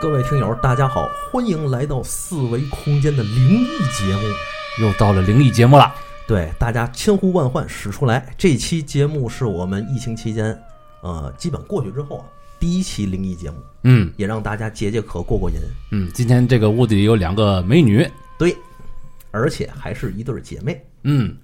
各位听友，大家好，欢迎来到四维空间的灵异节目。又到了灵异节目了，对，大家千呼万唤使出来。这期节目是我们疫情期间，呃，基本过去之后啊，第一期灵异节目，嗯也让大家解解渴、过过瘾。嗯，今天这个屋子里有两个美女，对，而且还是一对儿姐妹，嗯，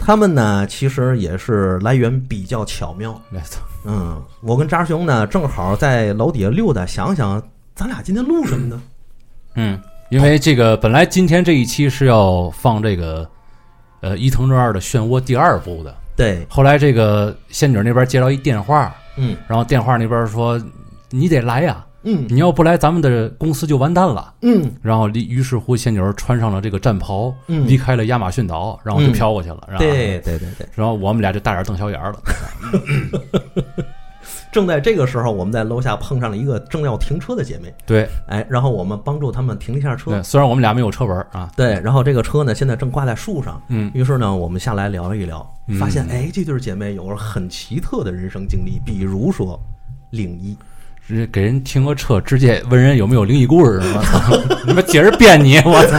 她们呢其实也是来源比较巧妙。来走嗯，我跟扎熊呢正好在楼底下溜达，想想咱俩今天录什么呢？嗯，因为这个本来今天这一期是要放这个呃伊藤润二的《漩涡》第二部的，对，后来这个仙女那边接到一电话，嗯然后电话那边说你得来呀，嗯你要不来咱们的公司就完蛋了。嗯然后离于是乎仙女儿穿上了这个战袍，嗯，离开了亚马逊岛，然后就飘过去了，然后对对对对。然后我们俩就大眼瞪小眼儿了，正在这个时候，我们在楼下碰上了一个正要停车的姐妹， 对哎，然后我们帮助他们停了一下车对，。虽然我们俩没有车纹儿啊，对，然后这个车呢，现在正挂在树上。嗯，于是呢，我们下来聊一聊，嗯发现哎，这对姐妹有了很奇特的人生经历，比如说领 一，直接给人停个车，直接问人有没有灵异故事什么的， 你们接着编你，我操！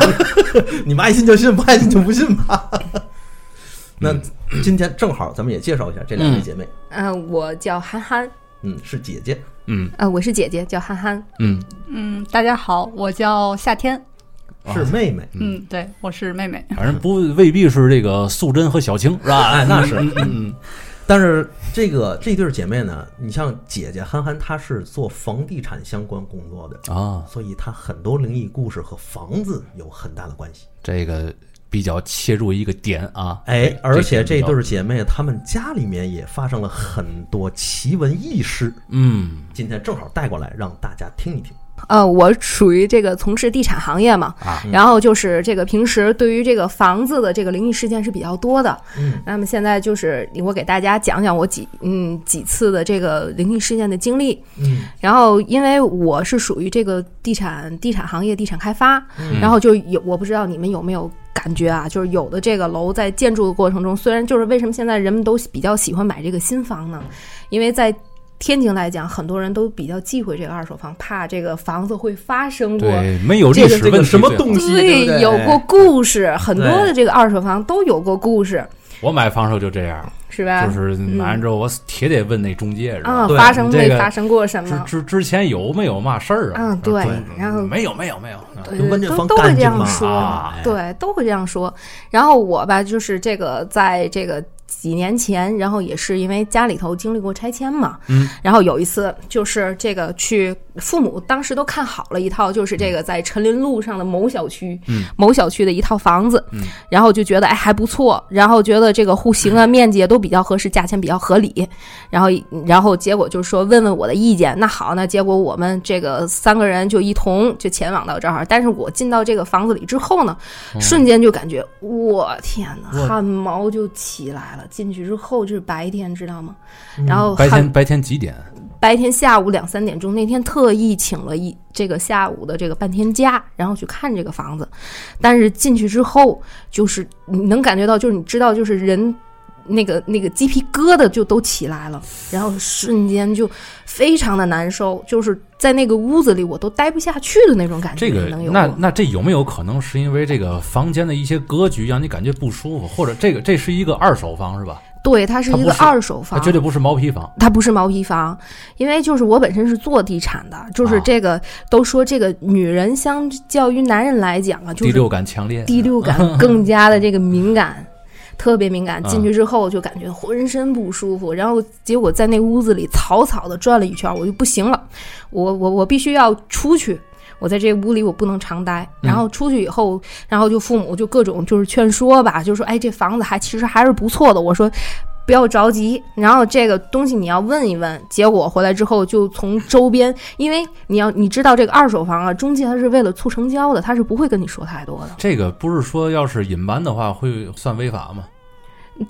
你们爱信就信，不爱信就不信吧。 那嗯今天正好，咱们也介绍一下这两位姐妹，呃，我叫憨憨，嗯，是姐姐，嗯呃，我是姐姐，叫憨憨。嗯，嗯，大家好，我叫夏天。哦是妹妹，嗯嗯，对，我是妹妹。反正不未必是这个素贞和小青是吧？哎 那是嗯嗯但是这个这对姐妹呢，你像姐姐憨憨，她是做房地产相关工作的，嗯啊，所以她很多灵异故事和房子有很大的关系。这个比较切入一个点啊，哎，而且这这点比较对姐妹她们家里面也发生了很多奇闻异事，嗯今天正好带过来让大家听一听。呃，我属于这个从事地产行业嘛，啊然后就是这个平时对于这个房子的这个灵异事件是比较多的。嗯，那么现在就是我给大家讲讲我几嗯几次的这个灵异事件的经历。嗯然后因为我是属于这个地产地产行业地产开发，嗯然后就有我不知道你们有没有。感觉啊，就是有的这个楼在建筑的过程中，虽然就是为什么现在人们都比较喜欢买这个新房呢？因为在天津来讲，很多人都比较忌讳这个二手房，怕这个房子会发生过对，没有历这个史问题，什么东西？对不对，有过故事，很多对的这个二手房都有过故事，我买房时候就这样，是吧？就是买完之后我铁得问那中介，是吧啊，对发生这没个发生过什之么？之之前有没有嘛事儿啊？嗯，对对，然后没有没有没有，啊对就问这都房都干会这净吗样说啊，对，都会这样说。然后我吧，就是这个在这个几年前，然后也是因为家里头经历过拆迁嘛，嗯，然后有一次就是这个去父母当时都看好了一套，就是这个在陈林路上的某小区，嗯，某小区的一套房子，嗯，然后就觉得哎还不错，然后觉得这个户型啊、面积也都比较合适，价钱比较合理，然后然后结果就说问问我的意见，那好，那结果我们这个三个人就一同就前往到这儿，但是我进到这个房子里之后呢，嗯瞬间就感觉我天我哪，汗毛就起来了。进去之后就是白天，知道吗？然后嗯白汗天白天几点？白天下午两三点钟，那天特意请了一这个下午的这个半天假，然后去看这个房子。但是进去之后，就是你能感觉到，就是你知道，就是人那个那个鸡皮疙瘩就都起来了，然后瞬间就非常的难受，就是在那个屋子里我都待不下去的那种感觉。这个能有那过那这有没有可能是因为这个房间的一些格局让你感觉不舒服，或者这个这是一个二手房是吧？对，它是它一不个是二手它房，绝对不是毛坯房。它不是毛坯房，因为就是我本身是做地产的，就是啊这个、都说这个女人相较于男人来讲啊，就第是六感强烈，第六感更加的这个敏感，特别敏感。啊进去之后就感觉浑身不舒服，然后结果在那屋子里草草的转了一圈，我就不行了，我我我必须要出去。我在这屋里我不能常待，然后出去以后，然后就父母就各种就是劝说吧，就说哎这房子还其实还是不错的，我说不要着急，然后这个东西你要问一问。结果回来之后，就从周边，因为你要你知道这个二手房啊，中介他是为了促成交的，他是不会跟你说太多的。这个不是说要是隐瞒的话会算违法吗？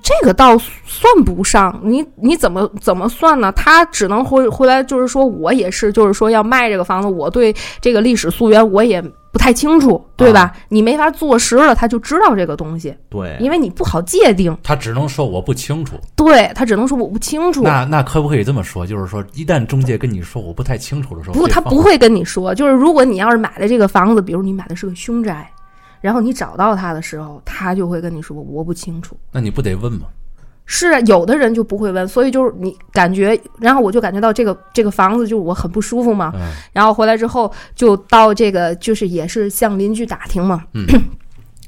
这个倒算不上，你你怎么怎么算呢？他只能回回来，就是说我也是，就是说要卖这个房子，我对这个历史溯源我也不太清楚，对吧？你没法坐实了，他就知道这个东西，嗯对，因为你不好界定，他只能说我不清楚。对他只能说我不清楚。那那可不可以这么说？就是说，一旦中介跟你说我不太清楚的时候，不，这他方不会跟你说。就是如果你要是买的这个房子，比如你买的是个凶宅，然后你找到他的时候，他就会跟你说我不清楚。那你不得问吗？是啊有的人就不会问，所以就是你感觉，然后我就感觉到这个这个房子就是我很不舒服嘛，嗯然后回来之后就到这个就是也是向邻居打听嘛，嗯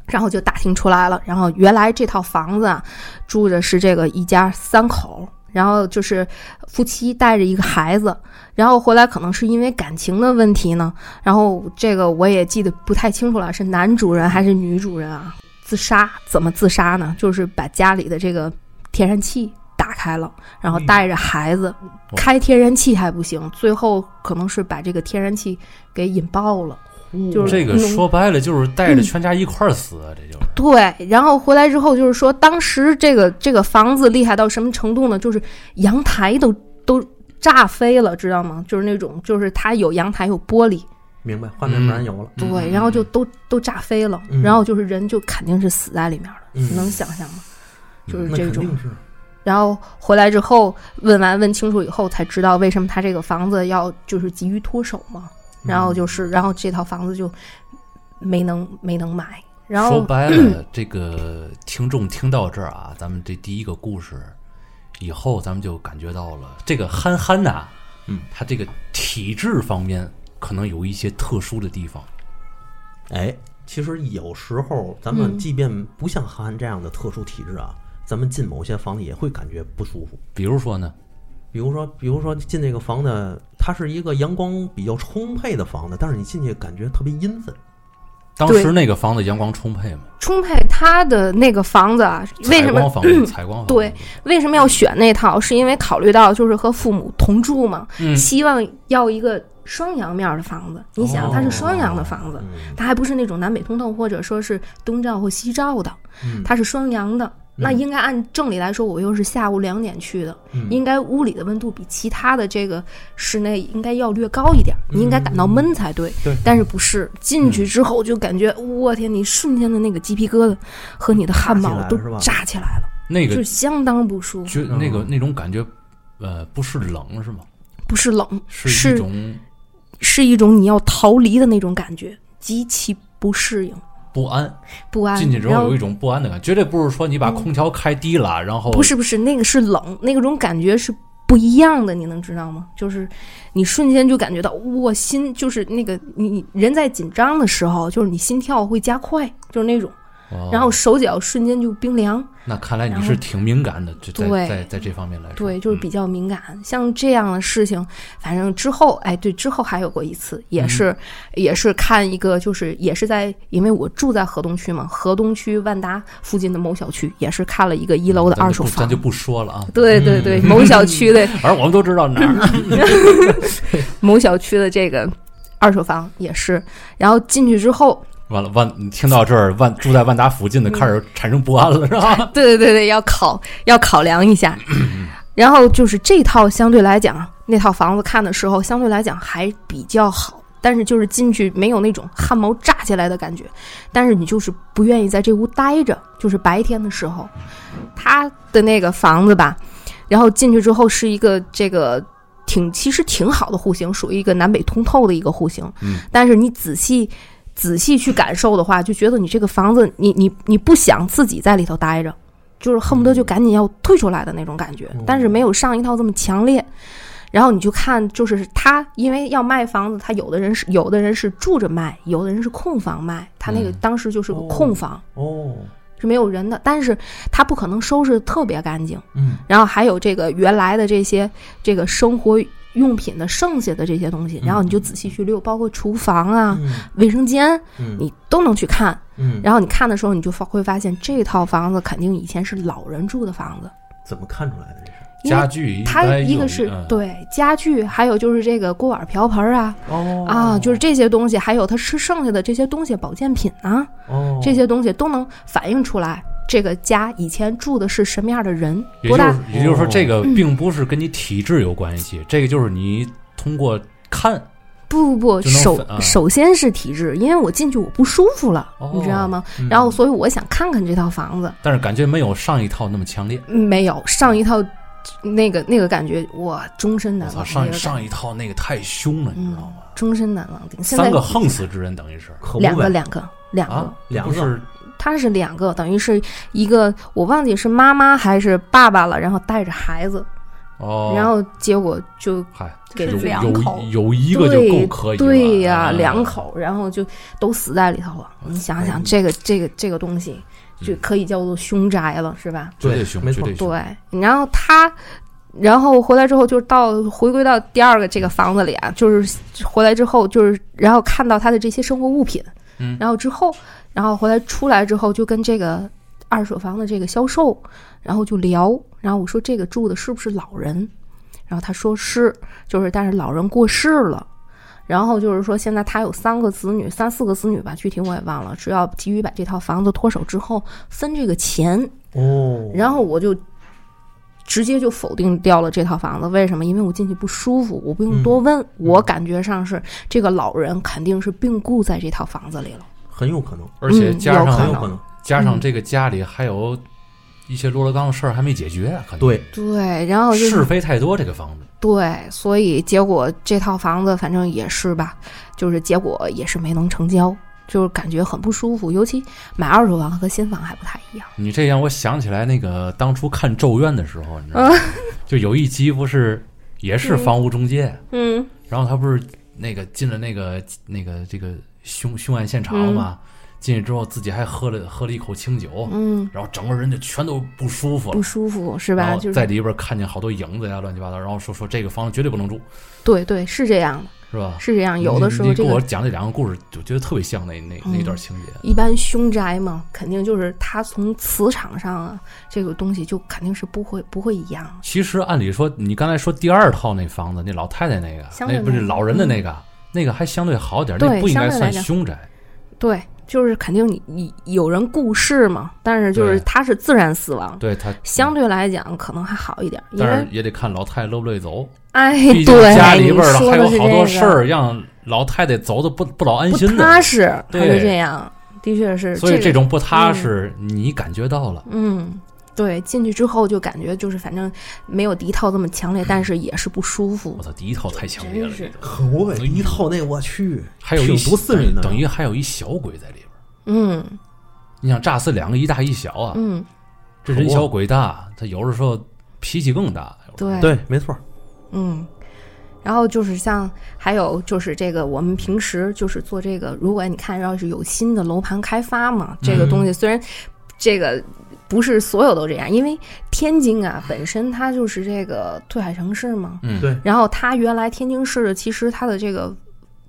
然后就打听出来了，然后原来这套房子啊住着是这个一家三口。然后就是夫妻带着一个孩子，然后回来可能是因为感情的问题呢，然后这个我也记得不太清楚了，是男主人还是女主人啊？自杀怎么自杀呢？就是把家里的这个天然气打开了，然后带着孩子、哦开天然气还不行，最后可能是把这个天然气给引爆了。就是哦嗯这个弄说白了就是带着全家一块儿死啊，这就是对，然后回来之后就是说，当时这个这个房子厉害到什么程度呢？就是阳台都都炸飞了，知道吗？就是那种，就是它有阳台有玻璃，明白，画面自嗯然有了。对，然后就都都炸飞了，嗯然后就是人就肯定是死在里面了，嗯能想象吗？就是那这肯种。定是然后回来之后问完问清楚以后，才知道为什么他这个房子要就是急于脱手嘛。嗯然后就是，然后这套房子就没能没能买。然说后白 了，这个听众听到这儿啊，咱们这第一个故事以后，咱们就感觉到了这个憨憨呐、嗯，他这个体质方面可能有一些特殊的地方。哎，其实有时候咱们嗯即便不像韩寒这样的特殊体质啊，咱们进某些房子也会感觉不舒服。比如说呢，比如说，比如说进这个房子，它是一个阳光比较充沛的房子，但是你进去感觉特别阴森。当对时那个房子阳光充沛嘛，充沛他的那个房子啊，为采什么光房子，采光房子对，为什么要选那套？是因为考虑到就是和父母同住嘛，嗯希望要一个双阳面儿的房子。你想，它是双阳的房子，哦嗯它还不是那种南北通透或者说是东照或西照的，嗯它是双阳的。那嗯应该按正理来说，我又是下午两点去的，嗯应该屋里的温度比其他的这个室内应该要略高一点，你应该感到闷才对。嗯对嗯但是不是进去之后就感觉，我天，你瞬间的那个鸡皮疙瘩和你的汗毛炸起来了都是吧炸起来了，那个就是相当不舒服，觉那个嗯那种感觉，呃，不是冷是吗？不是冷，是一种是一种你要逃离的那种感觉，极其不适应、不安，不安。进去之然后有一种不安的感觉，绝对不是说你把空调开低了，然后不是不是，那个是冷，那个种感觉是不一样的，你能知道吗？就是你瞬间就感觉到，我心就是那个你你人在紧张的时候，就是你心跳会加快，就是那种，哦然后手脚瞬间就冰凉，那看来你然后是挺敏感的，就在对在在这方面来说，对，就是嗯比较敏感。像这样的事情，反正之后，哎，对，之后还有过一次，也是、嗯也是看一个，就是也是在，因为我住在河东区嘛，河东区万达附近的某小区，也是看了一个一楼的嗯咱二就手不咱房就。不说了啊。 对对对， 某小区的反正我们都知道哪儿， 某小区的这个二手房也是，然后进去之后，完了万，你听到这儿万住在万达附嗯近的开始产生不安了，是吧？对对对对，要考 要考量一下。然后就是这套相对来讲，那套房子看的时候相对来讲还比较好，但是就是进去没有那种汗毛炸起来的感觉，但是你就是不愿意在这屋待着，就是白天的时候，他的那个房子吧，然后进去之后是一个这个。挺其实挺好的户型，属于一个南北通透的一个户型。嗯，但是你仔细仔细去感受的话，就觉得你这个房子，你你你不想自己在里头待着，就是恨不得就赶紧要退出来的那种感觉，嗯但是没有上一套这么强烈。然后你就看，就是他，因为要卖房子，他有的人是有的人是住着卖，有的人是空房卖，他那个嗯当时就是个空房，哦，是没有人的，但是他不可能收拾得特别干净。嗯，然后还有这个原来的这些这个生活用品的剩下的这些东西，然后你就嗯仔细去溜，包括厨房啊、嗯卫生间，嗯你都能去看。嗯，然后你看的时候，你就发会发现这套房子肯定以前是老人住的房子，怎么看出来的这是？因 家为具应它该一有个是嗯对家具，还有就是这个锅碗瓢盆啊哦啊，就是这些东西，还有他吃剩下的这些东西，保健品啊，哦，这些东西都能反映出来这个家以前住的是什么样的人，也多就大哦嗯是也就是说，这个并不是跟你体质有关系，这个就是你通过看不不不，就能首分啊首先是体质，因为我进去我不舒服了，哦你知道吗？嗯然后，所以我想看看这套房子，但是感觉没有上一套那么强烈。嗯没有上一套那个那个感觉，哇，终身我难操，忘。上那个感上一套那个太凶了，你知道吗？嗯终身难忘。现在三个横死之人等于是可不两个呗，两个两个，啊，两不个是他是两个，等于是一个，我忘记是妈妈还是爸爸了，然后带着孩子，哦，然后结果就嗨，给是有自己两口有有一个就够可以了，对呀、啊两。口，然后就都死在里嗯头了。你想想，这个这个这个东西就可以叫做凶宅了，是吧？绝对对凶，没绝错对凶。对，然后他，然后回来之后，就是到回归到第二个这个房子里啊，就是回来之后，就是然后看到他的这些生活物品，嗯然后之后，然后回来出来之后，就跟这个二手房的这个销售，然后就聊，然后我说这个住的是不是老人？然后他说是，就是但是老人过世了。然后就是说，现在他有三个子女，三四个子女吧，具体我也忘了。只要急于把这套房子脱手之后分这个钱，哦，然后我就直接就否定掉了这套房子。为什么？因为我进去不舒服，我不用嗯多问，我感觉上是这个老人肯定是病故在这套房子里了。很有可能，而且嗯加有可很上有能可能，加上这个家里还有一些罗勒冈的事儿还没解决，可能对，对，然后哦就是非太多。这个房子对，所以结果这套房子反正也是吧，就是结果也是没能成交，就是感觉很不舒服。尤其买二手房和新房还不太一样。你这让我想起来那个当初看《咒怨》的时候，你知道啊吗？就有一集不是也是房屋中介，嗯然后他不是那个进了那个那个这个凶凶案现场了吗？进去之后自己还喝了喝了一口清酒，嗯，然后整个人就全都不舒服了不。舒服是然吧？后就在是里边看见好多影子呀，乱七八糟，然后说说这个房子绝对不能住，对对，是这样的，是吧？是这样。啊有的你时你候这给个嗯我讲这两个故事，就觉得特别像那那那段情节。一般凶宅嘛，肯定就是它从磁场上啊，这个东西就肯定是不会不会一样的。其实按理说，你刚才说第二套那房子，那老太太那个，相对那不是来嗯老人的那个，那个还相对好点，那对不应该相对来算讲凶宅。对，就是肯定你你有人故世嘛，但是就是对他是自然死亡，对他相对来讲可能还好一点，因但为是也得看老太太乐不乐意走，哎，毕竟对，家里边儿你说还的有是好这多个事儿，让老太太走的不不老安不心踏的，实，他对是这样，的确是。所以这这个种不踏实你感觉到了。嗯。对，进去之后就感觉就是反正没有第一套这么强烈，但是也是不舒服我。操，第一套太强烈了，嗯真是这种可不呗，一套那我去，还有一挺毒死人的，等于还有一小鬼在里边儿。嗯你想炸死两个一大一小啊，嗯，这人小鬼大，他有的时候脾气更大。有时候对对，没错，嗯，然后就是像还有就是这个，我们平时就是做这个，如果你看要是有新的楼盘开发嘛，这个嗯东西虽然这个不是所有都这样，因为天津啊本身它就是这个退海城市嘛，嗯，对然后它原来天津市其实它的这个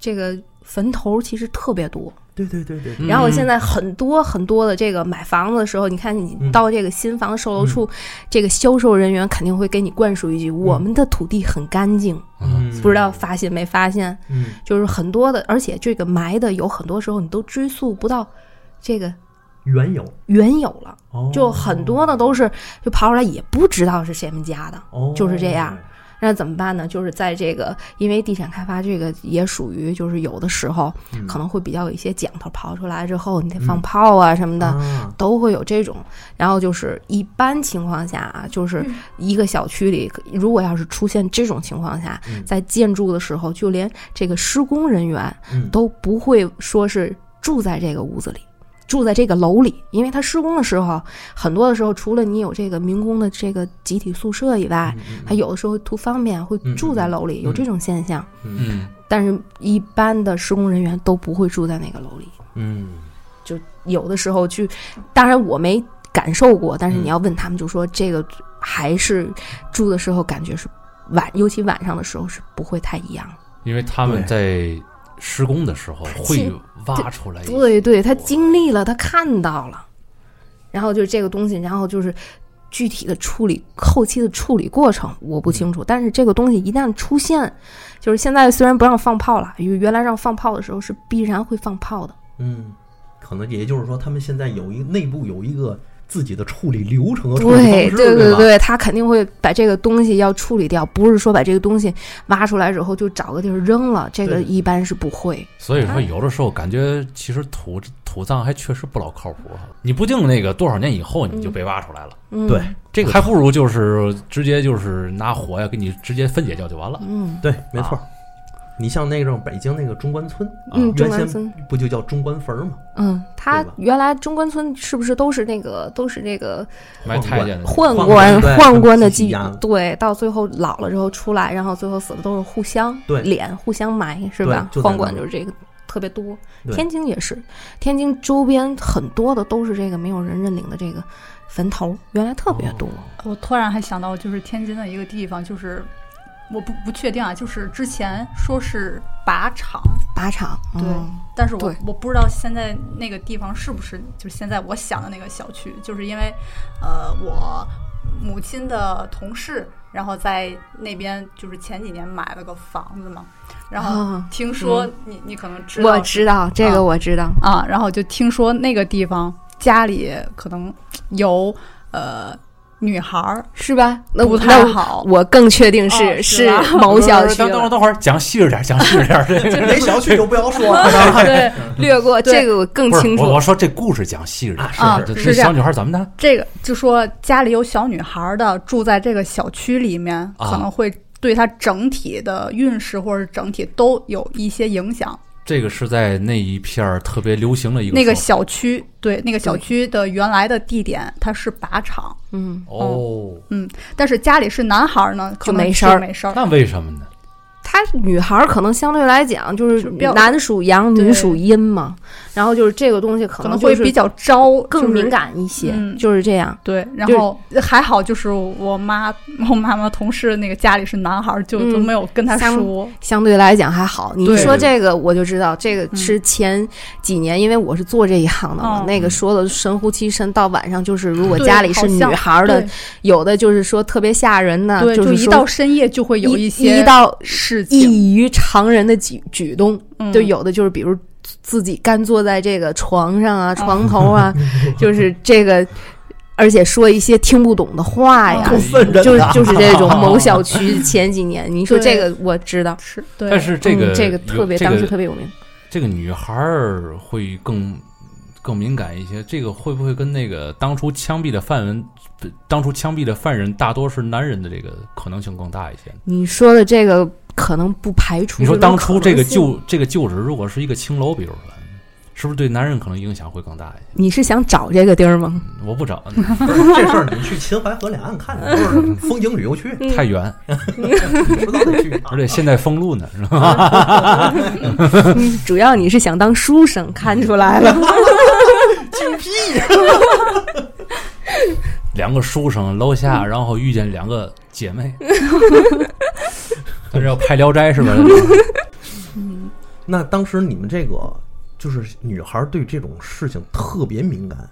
这个坟头其实特别多，对对对对，嗯然后现在很多很多的这个买房子的时候，你看嗯你到这个新房售楼处，这个销售人员肯定会给你灌输一句：“我们的土地很干净。”嗯嗯不知道发现没发现，嗯，就是很多的，而且这个埋的有很多时候你都追溯不到这个原有缘由了，哦，就很多的都是就刨出来也不知道是谁们家的，哦就是这样，那怎么办呢？就是在这个因为地产开发这个也属于就是有的时候嗯可能会比较有一些讲头刨出来之后，你得放炮啊什么的。啊都会有这种。然后就是一般情况下啊，就是一个小区里，如果要是出现这种情况下，嗯在建筑的时候，就连这个施工人员嗯都不会说是住在这个屋子里。住在这个楼里，因为他施工的时候，很多的时候除了你有这个民工的这个集体宿舍以外，嗯他有的时候图方便会住在楼里，有这种现象。嗯，但是，一般的施工人员都不会住在那个楼里。嗯，就有的时候去，当然我没感受过，但是你要问他们，就说这个还是住的时候感觉是晚，尤其晚上的时候是不会太一样。因为他们在施工的时候会亲挖出哎来一些，对对，他经历了，他看到了，然后就这个东西，然后就是具体的处理后期的处理过程我嗯不清楚，但是这个东西一旦出现，就是现在虽然不让放炮了，因为原来让放炮的时候是必然会放炮的。嗯，可能也就是说，他们现在有一内部有一个自己的处理流程和处理方对式，对对吧对，他肯定会把这个东西要处理掉，不是说把这个东西挖出来之后就找个地儿扔了，这个对一般是不会。所以说，有的时候感觉其实土土葬还确实不老靠谱啊，你不定那个多少年以后你就被挖出来了，嗯，对，这个还不如就是直接就是拿火呀给你直接分解掉就完了。嗯对，没错。你像那种北京那个中关村，嗯，中原关村先，不就叫中关坟 吗？嗯，他对吧原来中关村是不是都是那个都是那个卖太监的宦宦官官对宦官的自己妓养女，对，到最后老了之后出来，然后最后死的都是互相对脸互相埋，是吧？对就在宦官那儿就是这个特别多，对天津也是，天津周边很多的都是这个没有人认领的这个坟头，原来特别多。 我突然还想到，就是天津的一个地方，就是我不不确定啊，就是之前说是靶场，靶场，对嗯但是我对我不知道现在那个地方是不是就是现在我想的那个小区，就是因为呃我母亲的同事，然后在那边就是前几年买了个房子嘛，然后啊听说你、你可嗯能知道我知道这个，我知道，啊，然后就听说那个地方家里可能有呃女孩儿是吧？那不我太那我好，我更确定是、哦是是吧某小区等等会儿，了。等会儿讲细着点，讲细着 点。这个哎哪小区就不要说 了对略过对这个，我更不是清我，楚我。说这故事讲细着点。啊这是这这小样女孩怎么的？这个就说家里有小女孩儿的住在这个小区里面，啊可能会对她整体的运势或者整体都有一些影响。这个是在那一片儿特别流行的一个那个说小区对那个小区的原来的地点它是靶场，嗯，法哦，但是家里是男孩儿呢，可能就没事事儿没事儿。那为什么呢？她女孩儿可能相对来讲就是就比较男属阳，对女属阴嘛，然后就是这个东西可可能就会是比较招，更就是敏感一些，嗯就是这样。对，然就是后还好，就是我妈，我妈妈同事那个家里是男孩儿，就嗯就没有跟他相说。相对来讲还好。你一对说对这个，我就知道这个是前几年，因为我是做这一行的嘛，哦那个说的神乎其神。到晚上就是，如果对家里是好女像孩儿的对，有的就是说特别吓人呢，对，就是一说到深夜就会有一些一到事情，异于常人的举举动，嗯就有的就是比如自己干坐在这个床上啊、床头啊， 就是这个，而且说一些听不懂的话呀过。分人 就是啊就是这种某 小区前几年，你说这对个我知道，是，对。但是这个、嗯、这个特别、这个、当时特别有名。这个女孩儿会更更敏感一些，这个会不会跟那个当初枪毙的犯人，当初枪毙的犯人大多是男人的这个可能性更大一些呢？你说的这个可能不排除你这说种可当能性。初这个旧这个旧址如果是一个青楼，比如说，是不是对男人可能影响会更大一些？你是想找这个地儿吗？ 嗯我不找，不是这事儿，你去秦淮河两岸看，就是风景旅游区，太远，你知道得去一趟而且现在封路呢，是吧？主要你是想当书生，看出来 了。两个书生楼嗯下，然后遇见两个姐妹， 他是要拍《聊斋》是吧？嗯那当时你们这个就是女孩儿对这种事情特别敏感，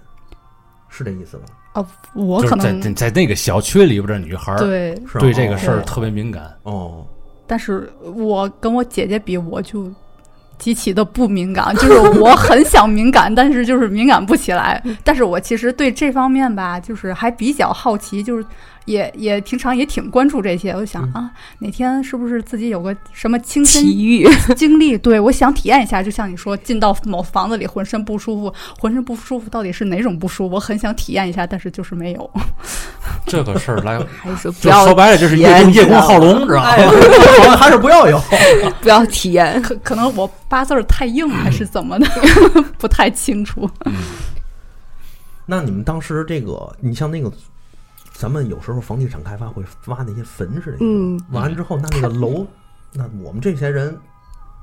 是这意思吧？哦，我就是可在能在在那个小区里边的女孩儿对，是吧对这个事儿对特别敏感。哦，但是我跟我姐姐比，我就极其的不敏感， 就是我很想敏感，但是就是敏感不起来。但是我其实对这方面吧，就是还比较好奇，就是也也平常也挺关注这些。我就想嗯啊，哪天是不是自己有个什么亲身奇遇，经历？对我想体验一下，就像你说，进到某房子里浑身不舒服，浑身不舒服到底是哪种不舒服？我很想体验一下，但是就是没有。这个事儿 来，还说不就要说白了就是体叶验公啊叶公好龙，知道吗？哎，还是不要有。不要体验。可可能我八字儿太硬还是怎么的， 不太清楚。那你们当时这个，你像那个，咱们有时候房地产开发会挖那些坟似的，嗯，完了之后，那那个楼，那我们这些人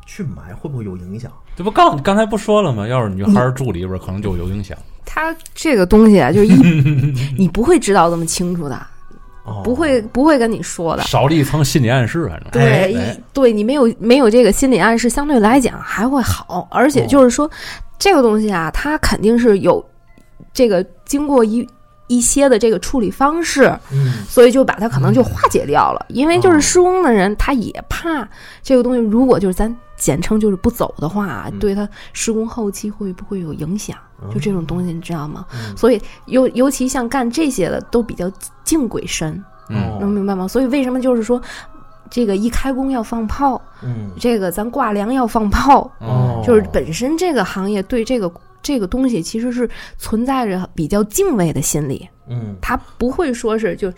去买会不会有影响？这不告诉你刚才不说了吗？要是女孩儿住里边，可能就有影响。嗯它这个东西 啊，就是一你不会知道这么清楚的，哦，不会不会跟你说的。少了一层心理暗示，反正哎对，哎一对你没有没有这个心理暗示，相对来讲还会好。而嗯且就是说，这个东西啊，它肯定是有这个经过一一些的这个处理方式，嗯，所以就把它可能就化解掉了。因为就是施工的人，他也怕这个东西，如果就是咱简称就是不走的话，嗯对它施工后期会不会有影响？就这种东西，你知道吗？嗯所以尤尤其像干这些的，都比较敬鬼神，嗯哦能明白吗？所以为什么就是说，这个一开工要放炮，嗯这个咱挂梁要放炮，嗯哦，就是本身这个行业对这个这个东西其实是存在着比较敬畏的心理，嗯他不会说是就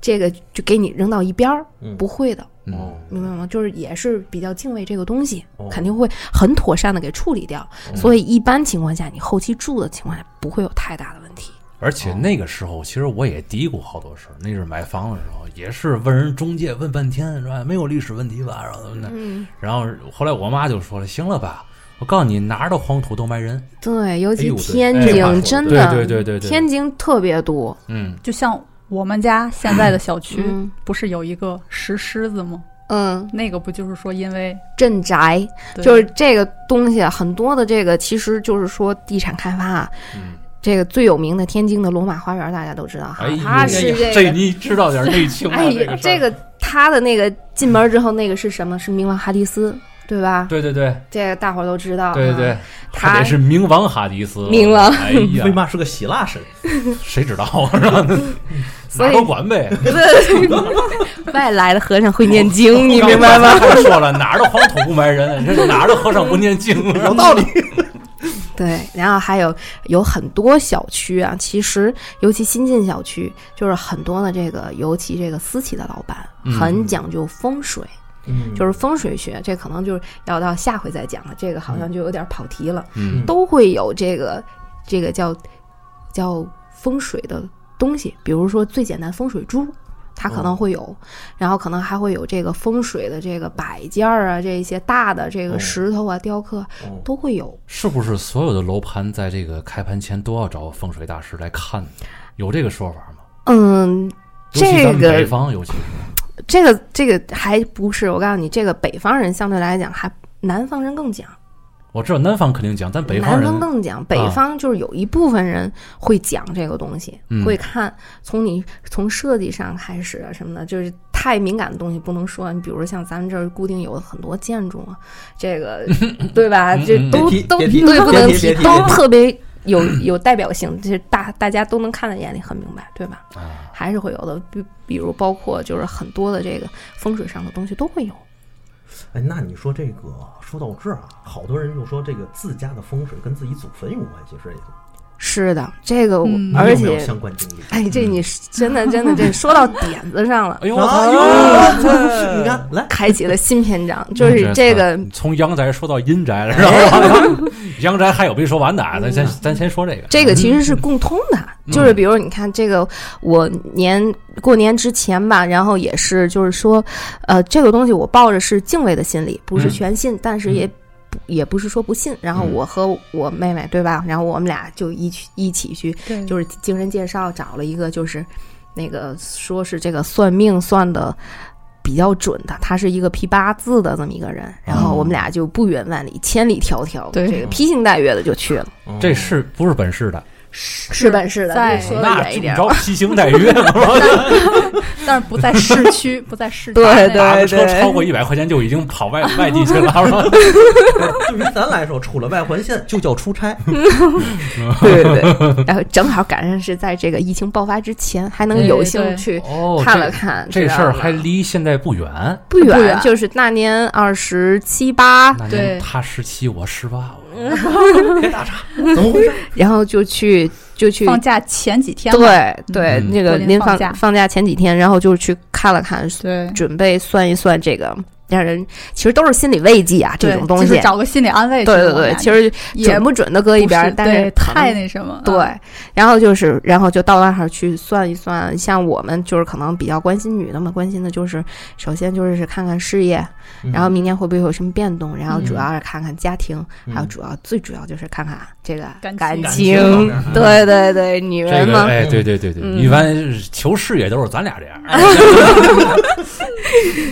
这个就给你扔到一边儿，嗯不会的，嗯哦明白吗？就是也是比较敬畏这个东西，哦肯定会很妥善的给处理掉。嗯所以一般情况下，你后期住的情况下不会有太大的问题。而且那个时候，其实我也嘀咕好多事儿。那是买房的时候，也是问人中介问半天，是吧？没有历史问题吧？然后那，嗯，然后后来我妈就说了：“行了吧，我告诉你，哪儿的黄土都埋人。对，尤哎其呦对天哎津、这话说得真对的，”对对对对，天津特别多。嗯，就像我们家现在的小区，嗯不是有一个石狮子吗？嗯，那个不就是说因为镇宅对就是这个东西，啊很多的这个其实就是说地产开发啊，嗯这个最有名的天津的罗马花园，大家都知道哈哎，呀，它啊是这这个，你知道点儿内情啊，哎这呀个，事儿这个它的那个进门之后那个是什么？是冥王哈迪斯，对吧？对对对这个大伙儿都知道啊，对对对，他他得是冥王哈迪斯，冥王哎为 呀，嘛是个希腊神？谁知道啊？是吧哪所儿以都管呗， 外来的和尚会念 经，你刚明白吗？才还说了，哪儿的黄土不埋人， 这哪儿的和尚不念经，啊 有道理。对，然后还有有很多小区啊，其实尤其新进小区，就是很多的这个，尤其这个私企的老板嗯很讲究风水，嗯就是风水学，这可能就是要到下回再讲了，这个好像就有点跑题了。嗯都会有这个这个叫叫风水的东西，比如说最简单风水珠。它可能会有，然后可能还会有这个风水的这个摆件儿啊，这一些大的这个哦石头啊、雕刻哦都会有。是不是所有的楼盘在这个开盘前都要找风水大师来看？有这个说法吗？嗯，尤其咱这们北个方，尤其是这个这个还不是，我告诉你，这个北方人相对来讲还南方人更讲，我知道南方肯定讲，但北方南人方更讲，北啊方就是有一部分人会讲这个东西，嗯会看从你从设计上开始啊什么的，就是太敏感的东西不能说。你比如说像咱们这儿固定有很多建筑啊，这 个对吧？这嗯都别提都别提对不能别提别提都别提特别有有代表性，就是大大家都能看在眼里，很明白，对吧？啊，还是会有的，比比如包括就是很多的这个风水上的东西都会有。哎，那你说这个说到这儿啊，好多人就说这个自家的风水跟自己祖坟有关系，是这个吗？是的，这个我、嗯你而有没有且。相关经历？哎，这你是真的真的这说到点子上了，哎呦，啊哎 我操哟你看，来，开启了新篇 章，就是这个从阳宅说到阴 宅了，知道吗？阳宅还有没说完的啊，咱先咱先说这个。嗯这个其实是共通的，嗯就是比如你看这个，我年过年之前吧，然后也是就是说，呃，这个东西我抱着是敬畏的心理，不是嗯全信，但是也。不也不是说不信，然后嗯我和我妹妹对吧？然后我们俩就一起一起去对就是经人介绍找了一个，就是那个说是这个算命算的比较准的，他是一个批八字的这么一个人。然哦后我们俩就不远万里、千里迢迢，对这个披星戴月的就去了。这嗯是不是本市的？哦是本是的，在你哎说的那远怎一么点。着披星戴月 吗？但是不在市区，不在市区对内，对打个车超过一百块钱就已经跑外 外地去了，是吧？对于咱来说，出了外环线就叫出 差。对对对， 然后正好赶上是在这个疫情爆发之前，还能有对幸对去哦，看了看。这知道事儿吗还离现在不远。不不远，远就是那年二十七八，那对年他十七，我十八，嗯别打岔，怎么回事？然后就去就去放假前几天吧对对，嗯那个过年临放放假放假前几天，然后就去看了看，对准备算一算这个，让人其实都是心理慰藉啊，这对种东就西是。找个心理安慰。对对对，其实也准不准的搁一边不儿，是但是对可能太那什么了，嗯对，然后就是，然后就到那儿去算一算，像我们就是可能比较关心女的嘛，关心的就是首先就是看看事业， 嗯然后明年会不会有什么变动，然后主要是看看家庭，嗯嗯还有主要最主要就是看看这个感感情情方面啊对对对，女这人个嘛，哎，对对对对，嗯哎一般求事业都是咱俩这样。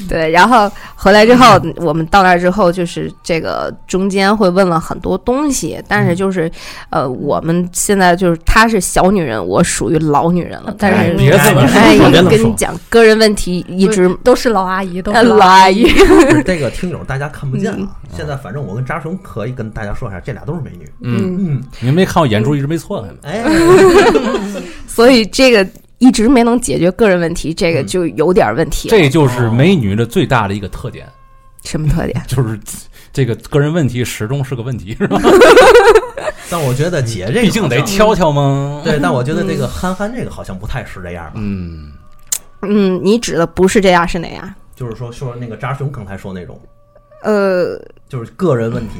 对，然后回来之后，嗯我们到那儿之后，就是这个中间会问了很多东西，但嗯是就是，呃，我们现在就是她是小女人，我属于老女人了。但是，别这么说哎，别这么跟说你讲，个人问题一直都是老阿姨，都呃是老阿姨。不是这个听友大家看不见啊。嗯现在反正我跟扎熊可以跟大家说一下，这俩都是美女。嗯，嗯，你们没看我眼珠一直没错开吗？ 哎，所以这个一直没能解决个人问题，嗯这个就有点哦问题了。这就是美女的最大的一个特 点，什么特点？ 就是这个个人问题始终是个问题，是吧？但我觉得姐这个毕竟好得像挑挑嘛。对，但我觉得这个憨憨这个好像不太是这样吧。嗯，嗯，你指的不是这样是哪样？就是说说那个扎熊刚才说那种，呃，就是个人问题。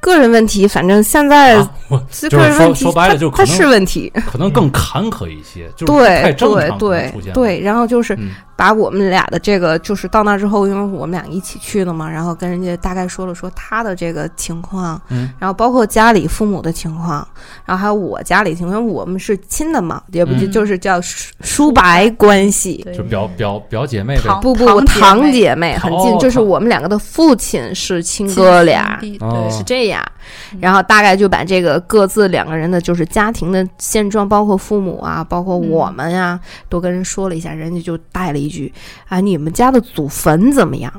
个人问题，反正现在啊我哎这就个是人问说题，说白了，就它可是能问题，可能更坎坷一些，就是不太对正常可对能出对现。，对，然后就是嗯把我们俩的这个，就是到那之后，因为我们俩一起去的嘛，然后跟人家大概说了说他的这个情况，嗯，然后包括家里父母的情况，然后还有我家里情况，因为我们是亲的嘛，也不就嗯就是叫叔叔伯关系，对就表表表姐妹呗。堂不不，堂堂姐妹姐妹很近哦，就是我们两个的父亲是亲哥俩，亲弟哦对是这样，然后大概就把这个各自两个人的就是家庭的现状，包括父母啊，包括我们呀、都跟人说了一下，人家就带了一句：“啊，你们家的祖坟怎么样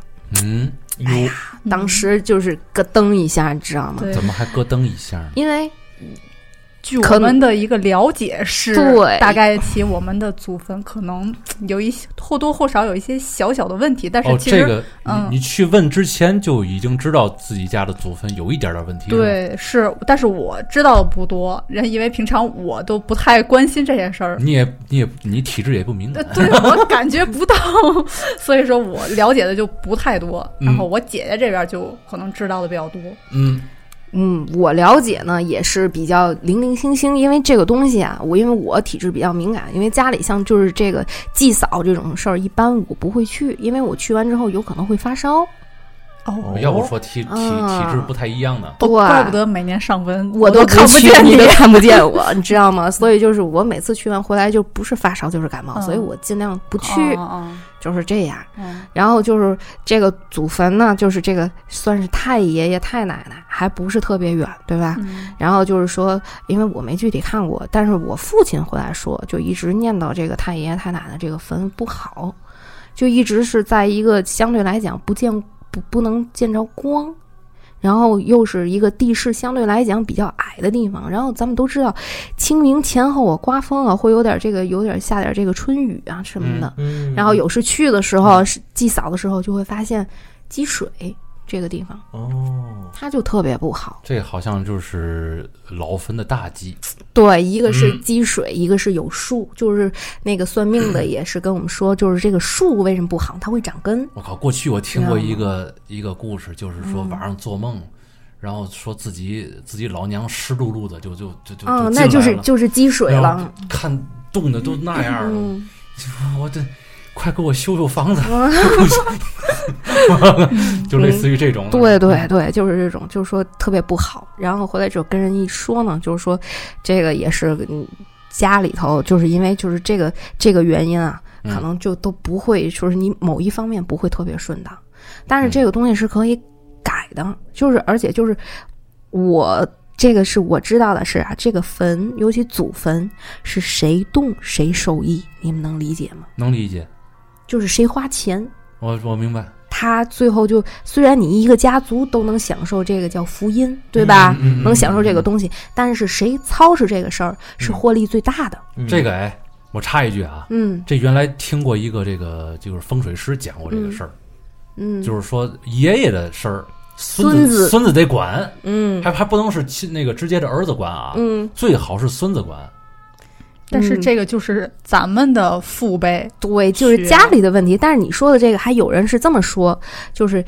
嗯，哎呀，？”当时就是咯噔一下，你知道吗？嗯对怎么还咯噔一下呢？因为据可我们的一个了解是，对大概其我们的祖坟可能有一些或多或少有一些小小的问题，但是哦，其实、这个嗯你你去问之前就已经知道自己家的祖坟有一点点问题。是吧，对是，但是我知道的不多，人因为平常我都不太关心这些事儿。你也你也你体质也不敏呃感，对我感觉不到， 所以说我了解的就不太多。嗯然后我姐姐这边就可能知道的比较多。嗯，嗯，我了解呢也是比较零零星星，因为这个东西啊，我因为我体质比较敏感，因为家里像就是这个祭扫这种事儿，一般我不会去，因为我去完之后有可能会发烧。哦，要不说体体体啊质不太一样呢。对，怪不得每年上坟我都都看不去见你都看不见 我，你知道吗？所以就是我每次去完回来就不是发烧就是感冒，嗯所以我尽量不去，哦就是这样。哦哦然后就是这个祖坟呢，就是这个算是太爷爷太奶奶，还不是特别远，对吧？嗯然后就是说，因为我没具体看过，但是我父亲回来说，就一直念叨这个太爷爷太奶奶这个坟不好，就一直是在一个相对来讲不见不不能见着光，然后又是一个地势相对来讲比较矮的地方。然后咱们都知道，清明前后啊，刮风啊，会有点这个有点下点这个春雨啊什么的。嗯，然后有时去的时候，是祭扫的时候就会发现积水这个地方，哦，它就特别不好。这好像就是老坟的大忌，对，一个是嗯积水，一个是有树，就是那个算嗯命的也是跟我们说，就是这个树为什么不好，它会长根。我靠！过去我听过一个啊一个故事，就是说晚上做梦，然后说自己自己老娘湿漉漉的，就就就就嗯，就那就是进就是积水来了，然后了。看冻的都那样了，嗯，就我这快给我修修房子，嗯就类似于这种。对对对，就是这种，就是说特别不好。然后回来之后跟人一说呢，就是说这个也是嗯家里头，就是因为就是这个这个原因啊，嗯可能就都不会，就是你某一方面不会特别顺当。但是嗯这个东西是可以改的，就是而且就是我这个是我知道的是啊，这个坟，尤其祖坟是谁动谁受益，你们能理解吗？能理解。就是谁花钱，我我明白，他最后就虽然你一个家族都能享受这个叫福音，对吧？嗯嗯嗯啊能享受这个东西，但是谁操持这个事儿是获利最大的。嗯这个哎，我插一句啊，嗯这原来听过一个这个就是风水师讲过这个事儿，嗯，就是说爷爷的事儿，孙孙子孙子得管，嗯还还不能是亲那个直接的儿子管啊，嗯，最好是孙子管。 但是嗯这个就是咱们的父辈，对，就是啊家里的问题。但是你说的这个，还有人是这么说，就是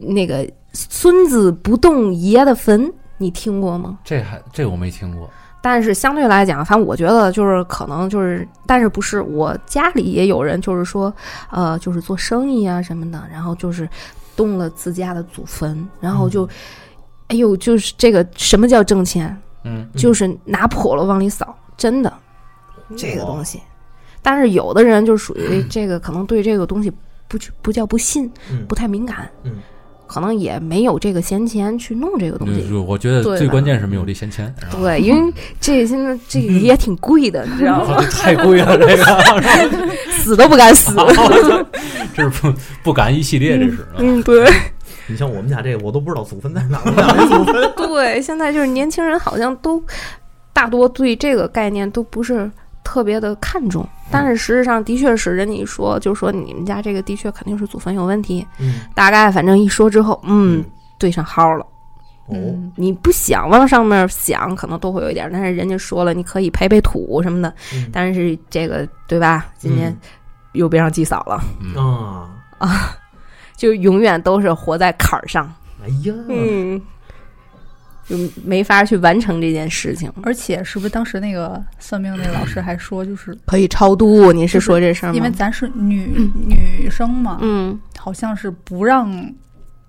那个孙子不动爷的坟，你听过吗？这还这我没听过，但是相对来讲，反正我觉得就是可能就是，但是不是我家里也有人就是说，呃，就是做生意啊什么的，然后就是动了自家的祖坟，然后就，哎呦，就是这个什么叫挣钱，嗯，就是拿破了往里扫，真嗯嗯的这个东西。但是有的人就属于这个，可能对这个东西不去不叫不信，嗯不太敏感，嗯可能也没有这个闲钱去弄这个东西。就我觉得嗯对最吧关键是没有这闲钱，是吧对，因为这现在这个也挺贵的，你知道吗？这太贵了，这个死都不敢死。这是不不敢一系列，这是啊 嗯，对你像我们家这个，我都不知道祖坟在哪儿，我俩没祖坟。对，现在就是年轻人好像都大多对这个概念都不是特别的看重，但是实质上的确是人家一说，就说你们家这个的确肯定是祖坟有问题。嗯，大概反正一说之后，嗯，对上号了。哦，嗯你不想往上面想，可能都会有一点儿，但是人家说了，你可以培培土什么的，嗯但是这个对吧？今年又别让祭扫了，嗯啊，就永远都是活在坎儿上，哎呀，嗯，就没法去完成这件事情。而且是不是当时那个算命那老师还说，就是可以超度，你是就是说这事儿吗？因为咱是女、女生嘛，嗯，好像是不让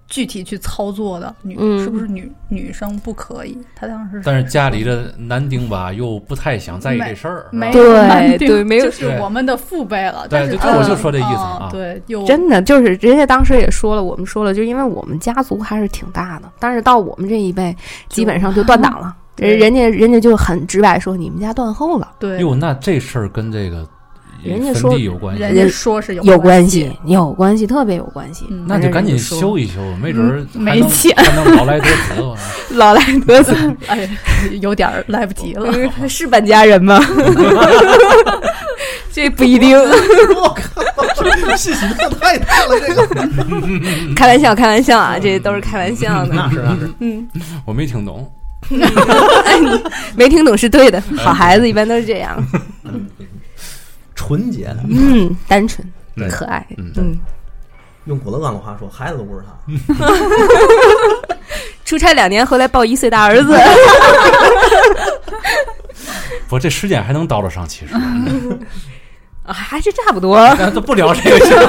具体去操作的，女、嗯是不是女女生不可以？她当时但是家里的男丁吧又不太想在意这事儿，是吧啊没有对男丁对没有就是对我们的父辈对了。但是就他我们就说这意思嗯啊对，又真的就是人家当时也说了，我们说了，就因为我们家族还是挺大的，但是到我们这一辈，基本上就断档了。对人人家人家就很直白说，你们家断后了。对，哟，那这事儿跟这个人家坟说地有关系，人家说是有关关系，，有关系，特别有关系。嗯那就赶紧修。修一修，没准儿嗯还没能钱还能老来得子我说。老来得子 哎，有点儿来不及 了。是本家人吗？ 这不一 定， 我靠，信息量太大了，这个开玩笑，开玩笑啊，这都是开玩笑的。是那是，嗯，我没听懂，没听懂是对的，好孩子一般都是这样。纯洁的，嗯，单纯对可爱嗯，嗯，用郭德纲的话说，孩子都不是他。出差两年回来抱一岁大 儿子，不，这时间还能倒得上，其实。啊还是差不多。咱都不聊这个节目，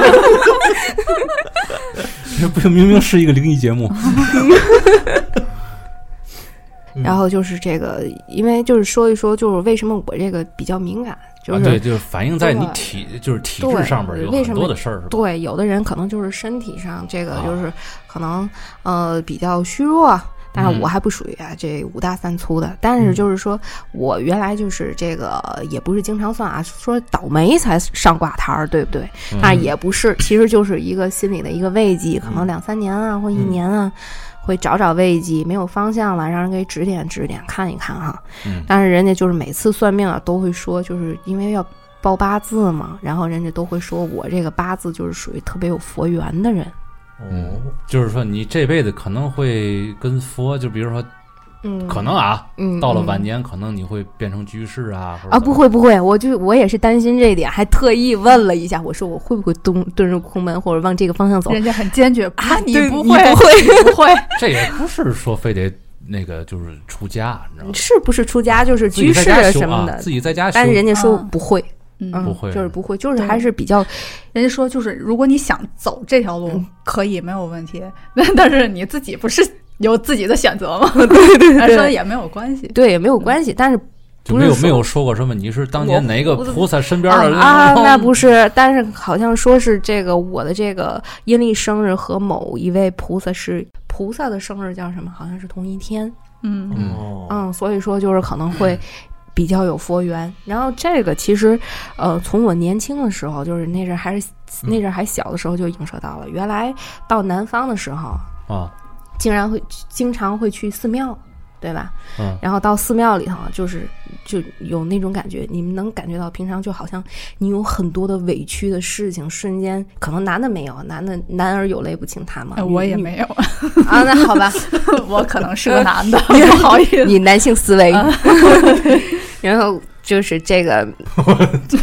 这不明明是一个灵异节目，嗯然后就是这个，因为就是说一说，就是为什么我这个比较敏感，就啊是对，就是反映在你体，就是体嗯对质上边儿有为很什么多的事儿，是吧？对，有的人可能就是身体上这个啊就是可能呃比较虚弱，但是嗯我还不属于啊这五大三粗的。但是就是说我原来就是这个也不是经常算啊，说倒霉才上卦摊儿，对不对？嗯那也不是，其实就是一个心理的一个慰藉，可能两三年啊或一嗯年啊。会找找慰藉，没有方向了，让人给指点指点，看一看哈。嗯但是人家就是每次算命啊，都会说，就是因为要报八字嘛，然后人家都会说我这个八字就是属于特别有佛缘的人。嗯哦，就是说你这辈子可能会跟佛，就比如说嗯可能啊，嗯到了晚年可能你会变成居士啊，或者啊，不会不会，我就我也是担心这一点，还特意问了一下，我说我会不会遁遁入空门，或者往这个方向走人家很坚决，不啊？你对不你会，不 会，不会，这也不是说非得那个就是出家，你知道吗？是不是出家就是自居己在士家修什么啊，的自？己在家修但，是人家说嗯不会，嗯嗯，不会就是不会，就是对还是比较人家说就是，如果你想走这条路嗯，可以没有问题， 但但是你自己不是有自己的选择吗？ 对对他说对也没有关系，对，也没有关系，但是就不是没有说没有说过什么你是当年哪个我菩萨身边的人啊，那不是，但是好像说是这个我的这个阴历生日和某一位菩萨是菩萨的生日叫什么？好像是同一天，嗯，嗯哦，嗯，所以说就是可能会比较有佛缘。然后这个其实，呃，从我年轻的时候，就是那阵儿还是那阵儿还小的时候就映射到了。原来到南方的时候，啊，竟然会经常会去寺庙，对吧？嗯然后到寺庙里头，啊就是就有那种感觉，你们能感觉到，平常就好像你有很多的委屈的事情，瞬间可能男的没有，男的男儿有泪不轻弹嘛，哎女我也女没有，啊，那好 吧，我可能是个男的，不好意 思。你男性思维，啊 然后就是这 个，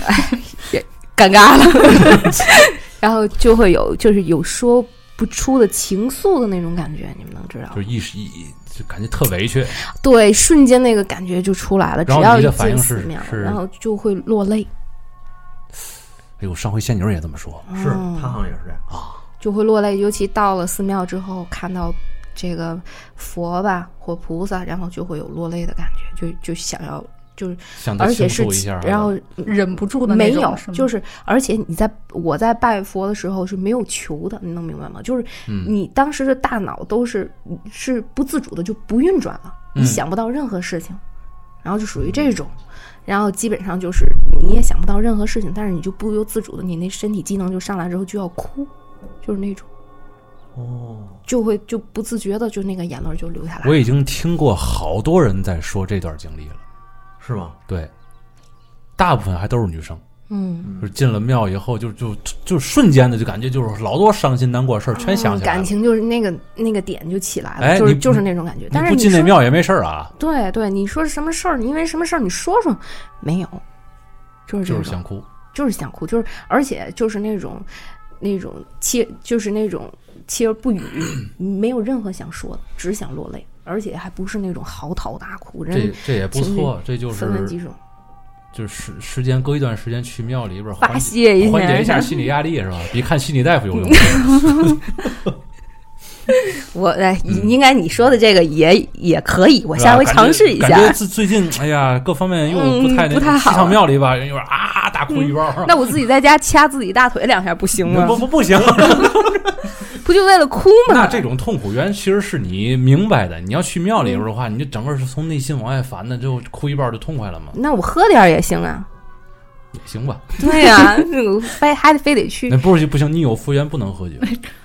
哎也尴尬了， 然后就会有就是有说不出的情愫的那种感觉，你们能知道吗就？一时一就感觉特委屈，对，瞬间那个感觉就出来了。只然后要你一的反进应寺是庙，是然后就会落泪，哎呦，上回仙女儿也这么说，是嗯他好像也是这样。就会落泪。尤其到了寺庙之后，看到这个佛吧或菩萨，然后就会有落泪的感觉，就就想要就是想再而且倾是诉一下，然后忍不住的那没种，有，是吗就是而且你在我在拜佛的时候是没有求的，你能明白吗？就是嗯你当时的大脑都是是不自主的就不运转了，嗯你想不到任何事情，然后就属于这种，然后基本上就是你也想不到任何事情，但是你就不由自主的，你那身体机能就上来之后就要哭，就是那种哦，就会就不自觉的就那个眼泪就流下来啊我。已经听过好多人在说这段经历了，是吗？对，大部分还都是女生。嗯，就是进了庙以后，就就就瞬间的就感觉就是老多伤心难过事儿全想嗯起来感了。情就是那个那个点就起来了，哎就是你就是那种感觉。但你是不你进那说庙也没事儿啊，对对，你说什么事儿？你因为什么事儿？你说说，没有，就是这就种，是想哭。就是想哭，就是而且就是那种那种气，就是那种锲而 不语，没有任何想说的，只想落泪，而且还不是那种嚎啕大哭，这人这也不情绪错，这就分为几是种，就是时时间隔一段时间去庙里边儿发缓解泄一缓解一下下。心理压力是吧？比看心理大夫 有用。我哎，应该你说的这个也也可以，我是吧下回感觉尝试一感觉下。最最近哎呀，各方面又嗯不太那不太好嗯去趟庙里吧，有点啊大哭一包儿。 那我自己在家掐自己大腿两下不行吗不？不不行，不就为了哭 吗？那这种痛苦源其实是你明白的。你要去庙里边儿的话，你就整个是从内心往外烦的，就哭一半儿就痛快了嘛，那我喝点儿也行 啊。也行吧。对呀、那我非还得非得去那不是不行，你有佛缘不能喝酒。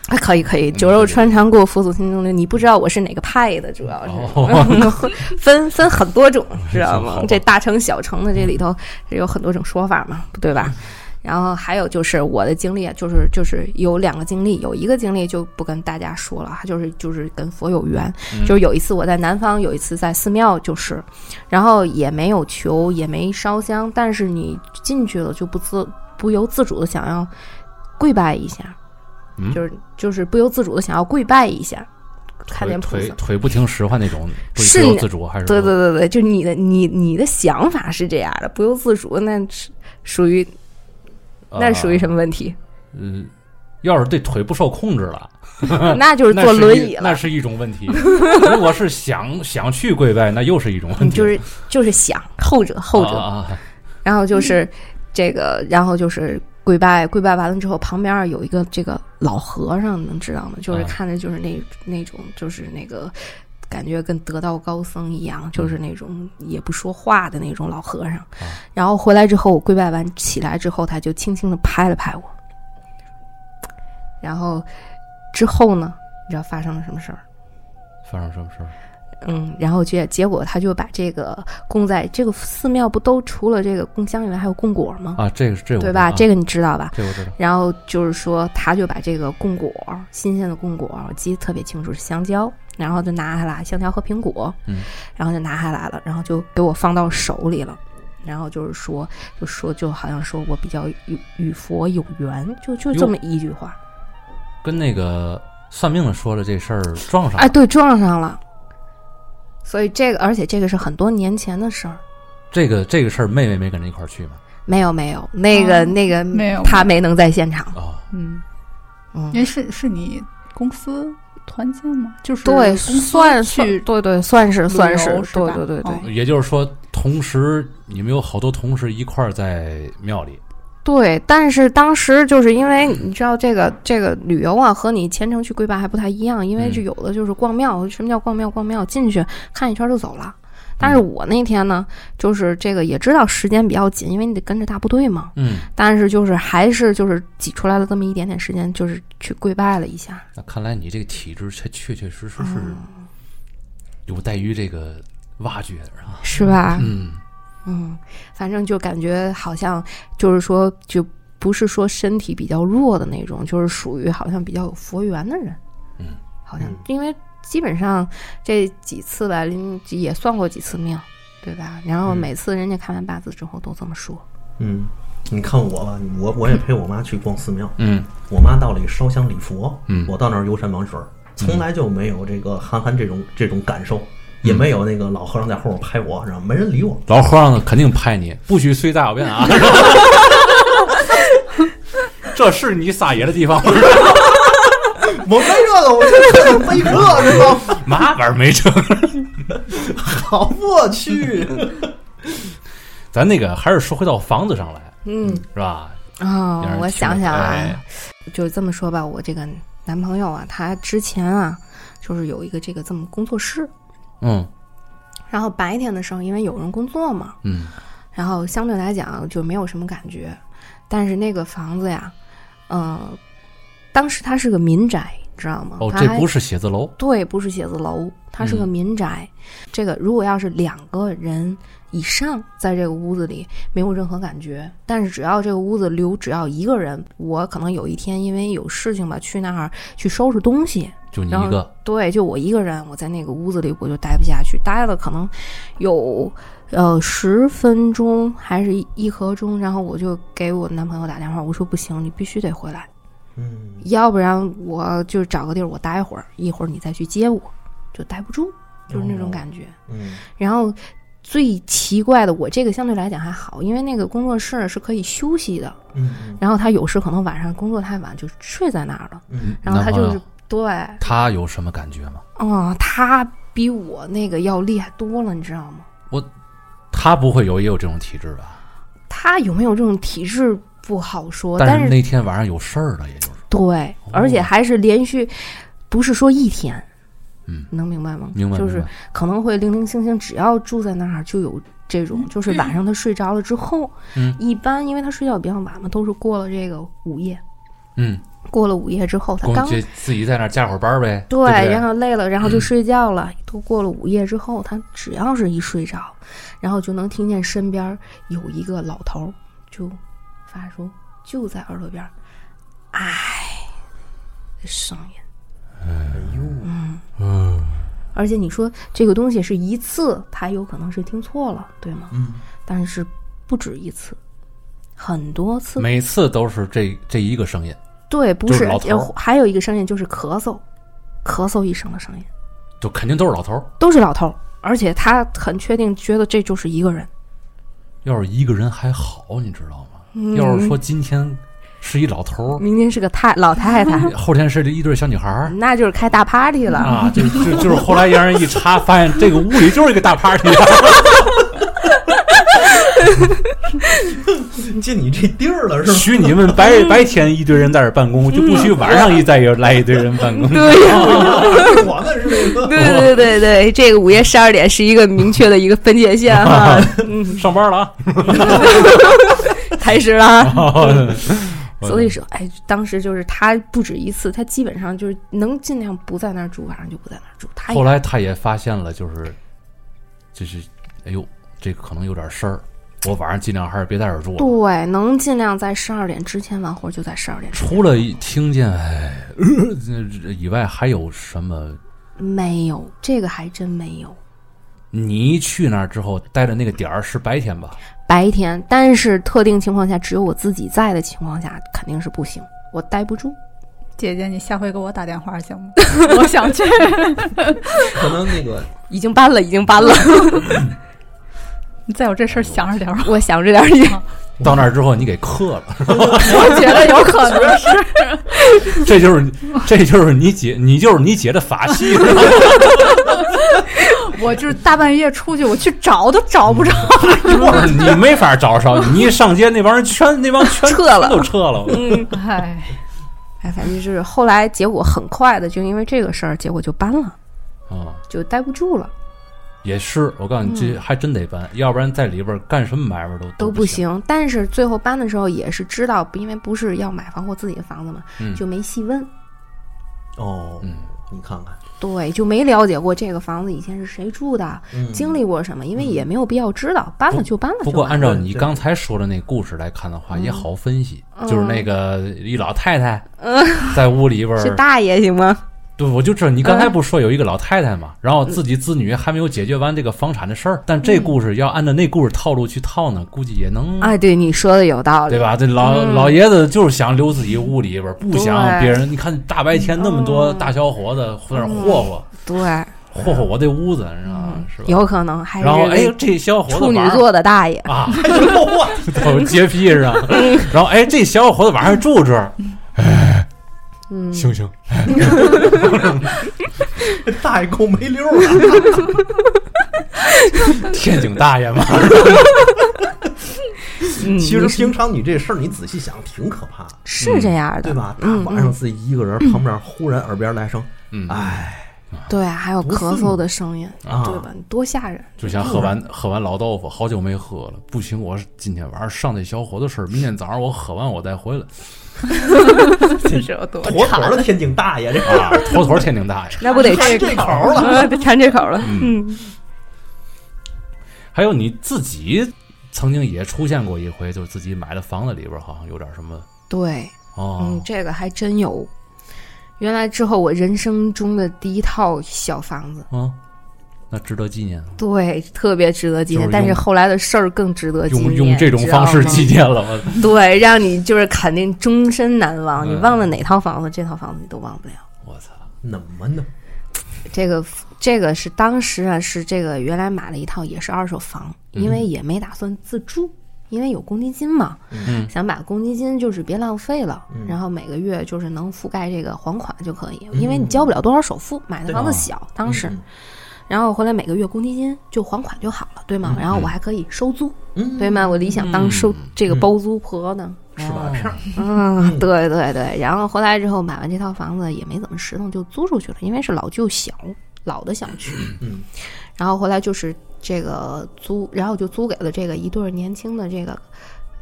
啊，可以可以，嗯酒肉穿肠过，佛祖心中留。你不知道我是哪个派的，主哎要是、哦 分分很多种，知道嗯好吗吧？这大乘小乘的这里头是有很多种说法嘛，对嗯吧？然后还有就是我的经历啊，就是就是有两个经历，有一个经历就不跟大家说了，就是就是跟佛有缘，嗯就是有一次我在南方，有一次在寺庙，就是，然后也没有求，也没烧香，但是你进去了就不自不由自主的想要跪拜一下，嗯就是就是不由自主的想要跪拜一下，看腿见菩腿萨。腿不听使唤那种，不是不由自主啊还是对对对对，就你的你你的想法是这样的，不由自主，那是属于啊那是属于什么问题？嗯，要是对腿不受控制了，那就是嗯那坐是轮一椅了那。是一种问题。如果是想想去跪拜，那又是一种问你题。嗯就是就是想后者后者，啊啊啊然后就是这个，然后就是跪拜，跪拜完了之后，旁边儿有一个这个老和尚，你能知道吗？就是啊看着就是那那种就是那个。感觉跟得道高僧一样，就是那种也不说话的那种老和尚。然后回来之后，我跪拜完起来之后，他就轻轻的拍了拍我。然后之后呢，你知道发生了什么事儿？发生什么事儿？嗯，然后结结果他就把这个供在这个寺庙不都除了这个供香以外还有供果吗？啊，这个这个我对知道吧？啊这个你知道吧？这个我知道。然后就是说，他就把这个供果，新鲜的供果，我记得特别清楚，是香蕉，然后就拿下来，香蕉和苹果，嗯，然后就拿下来了，然后就给我放到手里了，然后就是说，就说就好像说我比较与与佛有缘，就就哟这么一句话，跟那个算命的说了这事儿撞上了，哎，对，撞上了，所以这个，而且这个是很多年前的事儿，这个这个事儿，妹妹没跟着一块儿去吗？没有没有，那个、哦那个没有他没能在现场，啊，嗯，嗯因，为是是你公司团建吗？就是对，公司算算去对对，算是算是，游是对吧对对对、哦也就是说，同时你们有好多同事一块儿在庙里，对。但是当时就是因为你知道这个这个旅游啊，和你虔诚去跪拜还不太一样，因为嗯就有的就是逛庙，什么叫逛庙？逛庙进去看一圈就走了。但是我那天呢，就是这个也知道时间比较紧，因为你得跟着大部队嘛。嗯，但是就是还是就是挤出来了这么一点点时间，就是去跪拜了一下。那看来你这个体质，确确确实实是嗯有待于这个挖掘的啊。是吧？嗯，嗯，反正就感觉好像就是说，就不是说身体比较弱的那种，就是属于好像比较有佛缘的人。嗯，好像嗯因为基本上这几次吧，临也算过几次命，对吧？然后嗯每次人家看完八字之后都这么说。嗯，你看我吧，我我也陪我妈去逛寺庙，嗯，我妈到里烧香礼佛，嗯我到那儿游山玩水，从来就没有这个憨憨这种这种感受，也没有那个老和尚在后面拍我，然后没人理我。老和尚肯定拍你，不许随大小便啊！ 这是你撒野的地方吗？我没这个，我就是很悲 歌，知道吗？嘛玩意儿没成？好，我去，咱那个还是说回到房子上来，嗯是吧？啊、让人我听着想想啊，哎就是这么说吧，我这个男朋友啊，他之前啊，就是有一个这个这么工作室，嗯然后白天的时候因为有人工作嘛，嗯，然后相对来讲就没有什么感觉，但是那个房子呀，呃，当时它是个民宅，你知道吗？哦，它这还不是写字楼，对，不是写字楼，它是个嗯民宅。这个如果要是两个人以上在这个屋子里没有任何感觉，但是只要这个屋子留只要一个人，我可能有一天因为有事情吧，去那儿去收拾东西，就你然后一个，对，就我一个人，我在那个屋子里我就待不下去，待了可能有呃十分钟还是一一刻钟，然后我就给我男朋友打电话，我说不行，你必须得回来，嗯，要不然我就找个地儿我待会儿，一会儿你再去接我，就待不住，就是那哦种感觉。嗯然后最奇怪的，我这个相对来讲还好，因为那个工作室是可以休息的，嗯然后他有时可能晚上工作太晚就睡在那儿了，嗯然后他就男朋是友对。他有什么感觉吗？哦，他比我那个要厉害多了，你知道吗？他不会有也有这种体质吧？他有没有这种体质不好说，但但是那哦天晚上有事儿了，也就是对，而且还是连续，不是说一天，嗯能明白吗？明白，就是明白可能会零零星星，只要住在那儿就有这种，就是晚上他睡着了之后，嗯一般因为他睡觉比较晚嘛，都是过了这个午夜，嗯，过了午夜之后，他光刚这自己在那儿加会儿班儿呗，对对不对，嗯然后累了，然后就睡觉了。都过了午夜之后，他只要是一睡着，然后就能听见身边有一个老头儿就发出就在耳朵边儿“哎”的声音。嗯哎呦，嗯而且你说这个东西是一次，他有可能是听错了，对吗？嗯，但是不止一次，很多次。每次都是这这一个声音，对，不就是是老头儿还有一个声音就是咳嗽，咳嗽一声的声音，就肯定都是老头儿。都是老头儿，而且他很确定，觉得这就是一个人。要是一个人还好，你知道吗？嗯要是说今天是一老头儿，，明天是个太老太太 后天是一对小女孩儿。那就是开大 party 了。啊，就就就是后来让人一查，发现这个屋里就是一个大 party，进你这地儿了 是吧？许你们嗯白白天一堆人在这儿办公，就不许晚上一再有来一堆人办公。 对我们是那个，对对对对，这个午夜十二点是一个明确的一个分界线 啊哈。嗯上班了 啊，开始了， 我嗯所以说，哎，当时就是他不止一次，他基本上就是能尽量不在那儿住，晚上就不在那儿住。他后也来他也发现了，就是就是，哎呦，这可能有点事儿，我晚上尽量还是别在这儿住了。对，能尽量在十二点之前完活就在十二点之前，除了一听见哎、呃以外，还有什么？没有这个还真没有。你一去那儿之后待的那个点儿是白天吧？白天，但是特定情况下，只有我自己在的情况下，肯定是不行，我待不住。姐姐，你下回给我打电话行吗？ 我想去。可能那个已经搬了，已经搬嗯了。你再有这事儿想着点儿，啊我想着点儿去，到那儿之后你给克了，我觉得有可能是。 这就是你这就是你姐，你就是你姐的法 系。我就是大半夜出去，我去找都 找不着。不是你没法找着，你一上街那帮人全那帮全撤了全嗯都撤了。 哎，哎，反正就是后来结果很快的，就因为这个事儿，结果就搬了，啊，就待不住了，也是，我告诉你，这还真得搬，要不然在里边儿干什么买卖都嗯都不不。行。但是最后搬的时候也是知道，不因为不是要买房或自己的房子嘛，嗯就没细问，哦，嗯，你看看，对，就没了解过这个房子以前是谁住的，嗯经历过什么，因为也没有必要知道，搬了就搬了就嗯不完了。过按照你对刚才说的那故事来看的话，也好分析，嗯就是那个一老太太在屋里边是儿，大爷行吗？对，我就知道你刚才嗯不说有一个老太太嘛，然后自己子女还没有解决完这个房产的事儿，但嗯这故事要按照那故事套路去套呢，估计也能哎，对，你说的有道理，嗯对？吧？这老、老爷子就是想留自己屋里边儿，不想对别人。你看大白天那么多大小伙子在那儿霍霍、对，霍霍我这屋子，你知道吗？是吧？有可能还是然后哎，这小伙子处女晚上座的大爷，啊， 都洁癖是吧？然后哎，这小伙子晚上住这儿，嗯，行行， 大爷够没啊溜儿的，天井大爷嘛。嗯其实没平常你这事儿，你仔细想，挺可怕的，嗯是这样对的，吧？大晚嗯上自己一个人，旁边忽然耳边来声，嗯，哎对啊，还有不是咳嗽的声音，啊，对吧？你多吓人！就像喝完喝完老豆腐，好久没喝了，不行，我今天晚上上那小伙子身儿，明天早上我喝完我再回来。这是有多妥妥惨？的天津大 爷这个。啊，妥妥天津大爷。 那不得馋这口儿了， 得馋这口儿了。嗯，还有你自己曾经也出现过一回，就是自己买的房子里边儿好像有点什么对，嗯哦，，这个还真有。原来之后，我人生中的第一套小房子，嗯，那值得纪念，对，特别值得纪就是用念。但是后来的事儿更值得纪用念，用这种知道方式吗纪念了吗？对，让你就是肯定终身难忘。你嗯忘了哪套房子，这套房子你都忘不了。我操，怎么呢？这个这个是当时啊，是这个原来买了一套也是二手房，嗯因为也没打算自住，因为有公积金嘛，嗯想把公积金就是别浪费了，嗯然后每个月就是能覆盖这个还款就可以，嗯因为你交不了多少首付，买的对房子啊小，当时，嗯然后回来每个月公积金就还款就好了，对吗？然后我还可以收租，嗯，对吗？我理想当收、嗯这个嗯包租婆呢。是哦吧？片儿嗯，对对对，然后回来之后买完这套房子也没怎么拾掇，就租出去了，因为是老旧小老的小区。嗯，然后回来就是这个租，然后就租给了这个一对儿年轻的这个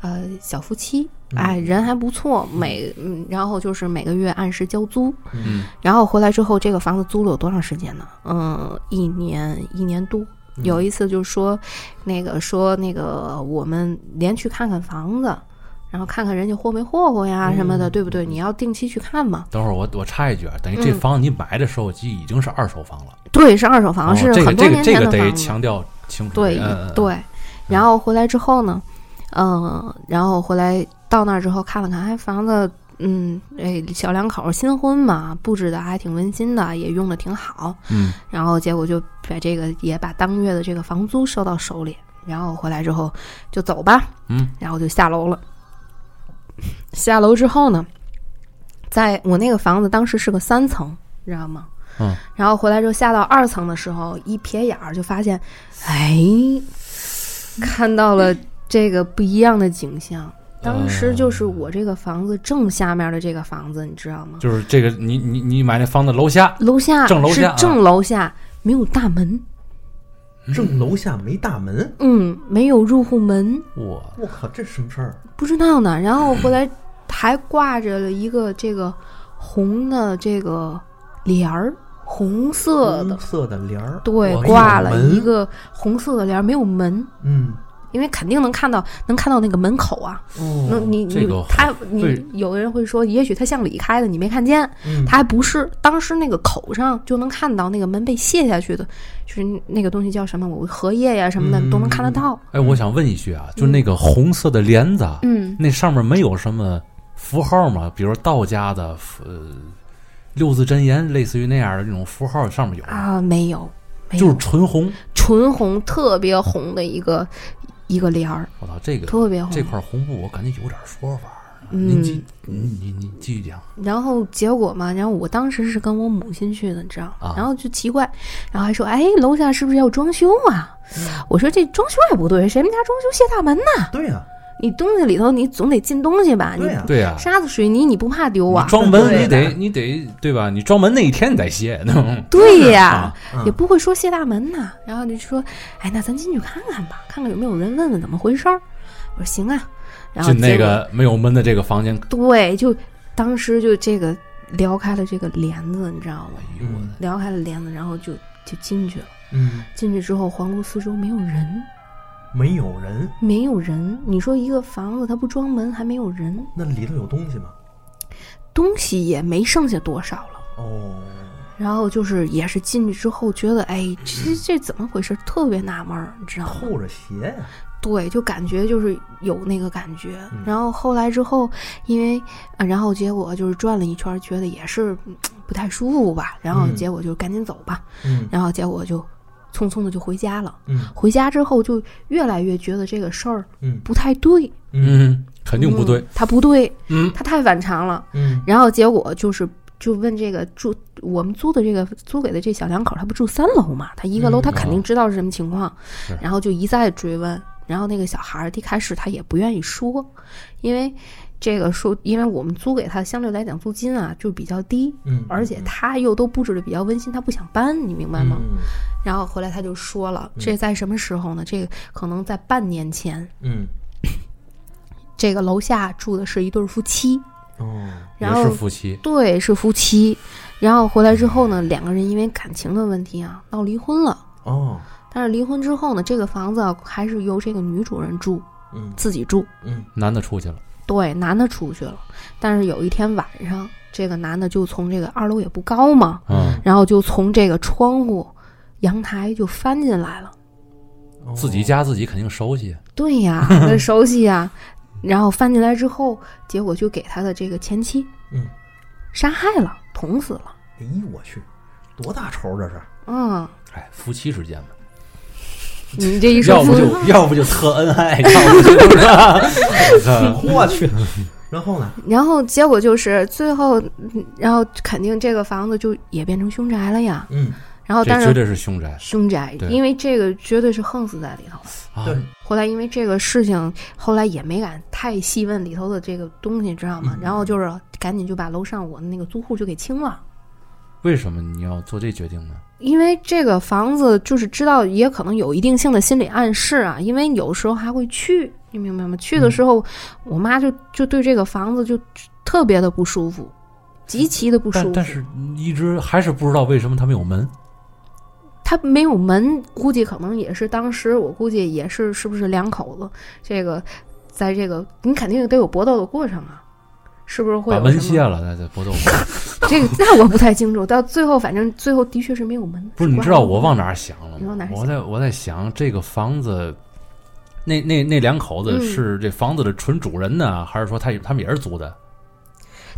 呃小夫妻，嗯哎，人还不错，每嗯，然后就是每个月按时交租。嗯，然后回来之后，这个房子租了有多长时间呢？嗯，一年一年多。嗯有一次就说，那个说那个我们连去看看房子，然后看看人家霍没霍霍呀嗯什么的，对不对？你要定期去看嘛。等会儿我我插一句啊，等于这嗯房子你买的时候就已经是二手房了，对，是二手房，哦是这个很多这年个这前个的得房子。强调清楚，对嗯，嗯对，然后回来之后呢，嗯，然后回来到那儿之后看了看，哎，房子，嗯，哎，小两口儿新婚嘛，布置的还挺温馨的，也用的挺好。嗯，然后结果就把这个也把当月的这个房租收到手里，然后回来之后就走吧，嗯，然后就下楼了。 下楼之后呢，在我那个房子当时是个三层，你知道吗？嗯，然后回来之后下到二层的时候，一瞥眼儿就发现，哎，看到了这个不一样的景象。当时就是我这个房子正下面的这个房子，你知道吗？就是这个你你你买那房子楼下楼下正楼是下啊正楼下没有大门，正楼下没大门，嗯，没有入户门，我我靠，这什么事儿？不知道呢。然后回来还挂着了一个这个红的这个帘儿，红色的红，色嗯的帘儿，对我，挂哦没有了门一个红色的帘儿，没有门，嗯，因为肯定能看到，能看到那个门口啊。那哦，你这你个他你对有的人会说，也许他向里开的，你没看见，嗯他还不是。当时那个口上就能看到那个门被卸下去的，就是那个东西叫什么，我荷叶呀什么的嗯都能看得到。哎，我想问一句啊，就那个红色的帘子，啊，嗯，那上面没有什么符号吗？比如道家的呃六字真言，类似于那样的那种符号，上面有吗，啊，没有，没就有是，纯红。纯红，特别红的一个一个帘儿，我操，这个特别红这。块红布，我感觉有点说法儿。啊您继嗯，您您您继续讲然后结果嘛，然后我当时是跟我母亲去的，你知道，啊然后就奇怪，然后还说，哎，楼下是不是要装修啊？嗯我说这装修也不对，谁们家装修卸大门呢？对呀，你东西里头你总得进东西吧？你对呀，啊对呀、沙子水泥你不怕丢啊你？装门对你得你得对吧？你装门那一天你得歇，对呀啊，嗯也不会说卸大门呐。然后就说，哎，那咱进去看看吧，看看有没有人，问问怎么回事儿。我说行啊，然后就那结果个没有门的这个房间，对，就当时就这个撩开了这个帘子，你知道吗？嗯撩开了帘子，然后就就进去了。嗯，进去之后，环顾四周没有人，没有人，没有人。你说一个房子它不装门还没有人，那里头有东西吗？东西也没剩下多少了。哦，然后就是也是进去之后觉得，哎，这这怎么回事？特别纳闷儿，你知道吗？透着鞋呀，对，就感觉就是有那个感觉嗯。然后后来之后，因为、呃然后结果就是转了一圈儿，觉得也是嗯不太舒服吧。然后嗯结果就赶紧走吧。嗯然后结果就匆匆的就回家了。嗯回家之后就越来越觉得这个事儿嗯不太对，嗯，肯定不对嗯，，他不对，嗯他太反常了。嗯然后结果就是就问这个住我们租的这个租给的这小两口，他不住三楼嘛？他一个楼嗯他肯定知道是什么情况，嗯是然后就一再追问，然后那个小孩儿一开始他也不愿意说，因为这个说，因为我们租给他相对来讲租金啊就比较低，嗯，而且他又都布置的比较温馨，他不想搬，你明白吗？嗯然后后来他就说了，这在什么时候呢？这个可能在半年前，嗯，这个楼下住的是一对儿夫妻，哦，然也是后夫妻，对，是夫妻。然后回来之后呢，两个人因为感情的问题啊，闹离婚了。哦，但是离婚之后呢，这个房子啊还是由这个女主人住，嗯自己住。嗯，男的出去了，对，男的出去了。但是有一天晚上，这个男的就从这个二楼也不高嘛，嗯，然后就从这个窗户、阳台就翻进来了。哦自己，家自己肯定熟悉，对呀，很熟悉呀。然后翻进来之后，结果就给他的这个前妻，嗯，杀害了，捅死了。哎呦我去，多大仇这是？嗯，哎，夫妻之间嘛，你这一说要夫不就要不就特恩爱，要不 啊嗯就我去，哦然后呢？然后结果就是最后，嗯然后肯定这个房子就也变成凶宅了呀。嗯，然后但这绝是对是凶宅凶宅对，因为这个绝对是横死在里头了。啊！对，后来因为这个事情，后来也没敢太细问里头的这个东西，知道嗯吗？然后就是赶紧就把楼上我的那个租户就给清了。为什么你要做这决定呢？因为这个房子就是知道，也可能有一定性的心理暗示啊。因为有时候还会去，你明嗯白吗？去的时候，我妈就就对这个房子就特别的不舒服，极其的不舒服但。但是一直还是不知道为什么他们有门，它没有门，估计可能也是当时我估计也是是不是两口子这个，在这个你肯定得有搏斗的过程啊，是不是会把啊有门什卸么？了，再再搏斗。这个 那我不太清楚。到最后反正最后的确是没有门。不是，你知 道我往哪儿想了你往哪吗儿？想我在我在想这个房子，那那那两口子嗯是这房子的纯主人呢，还是说他也他们也是租的？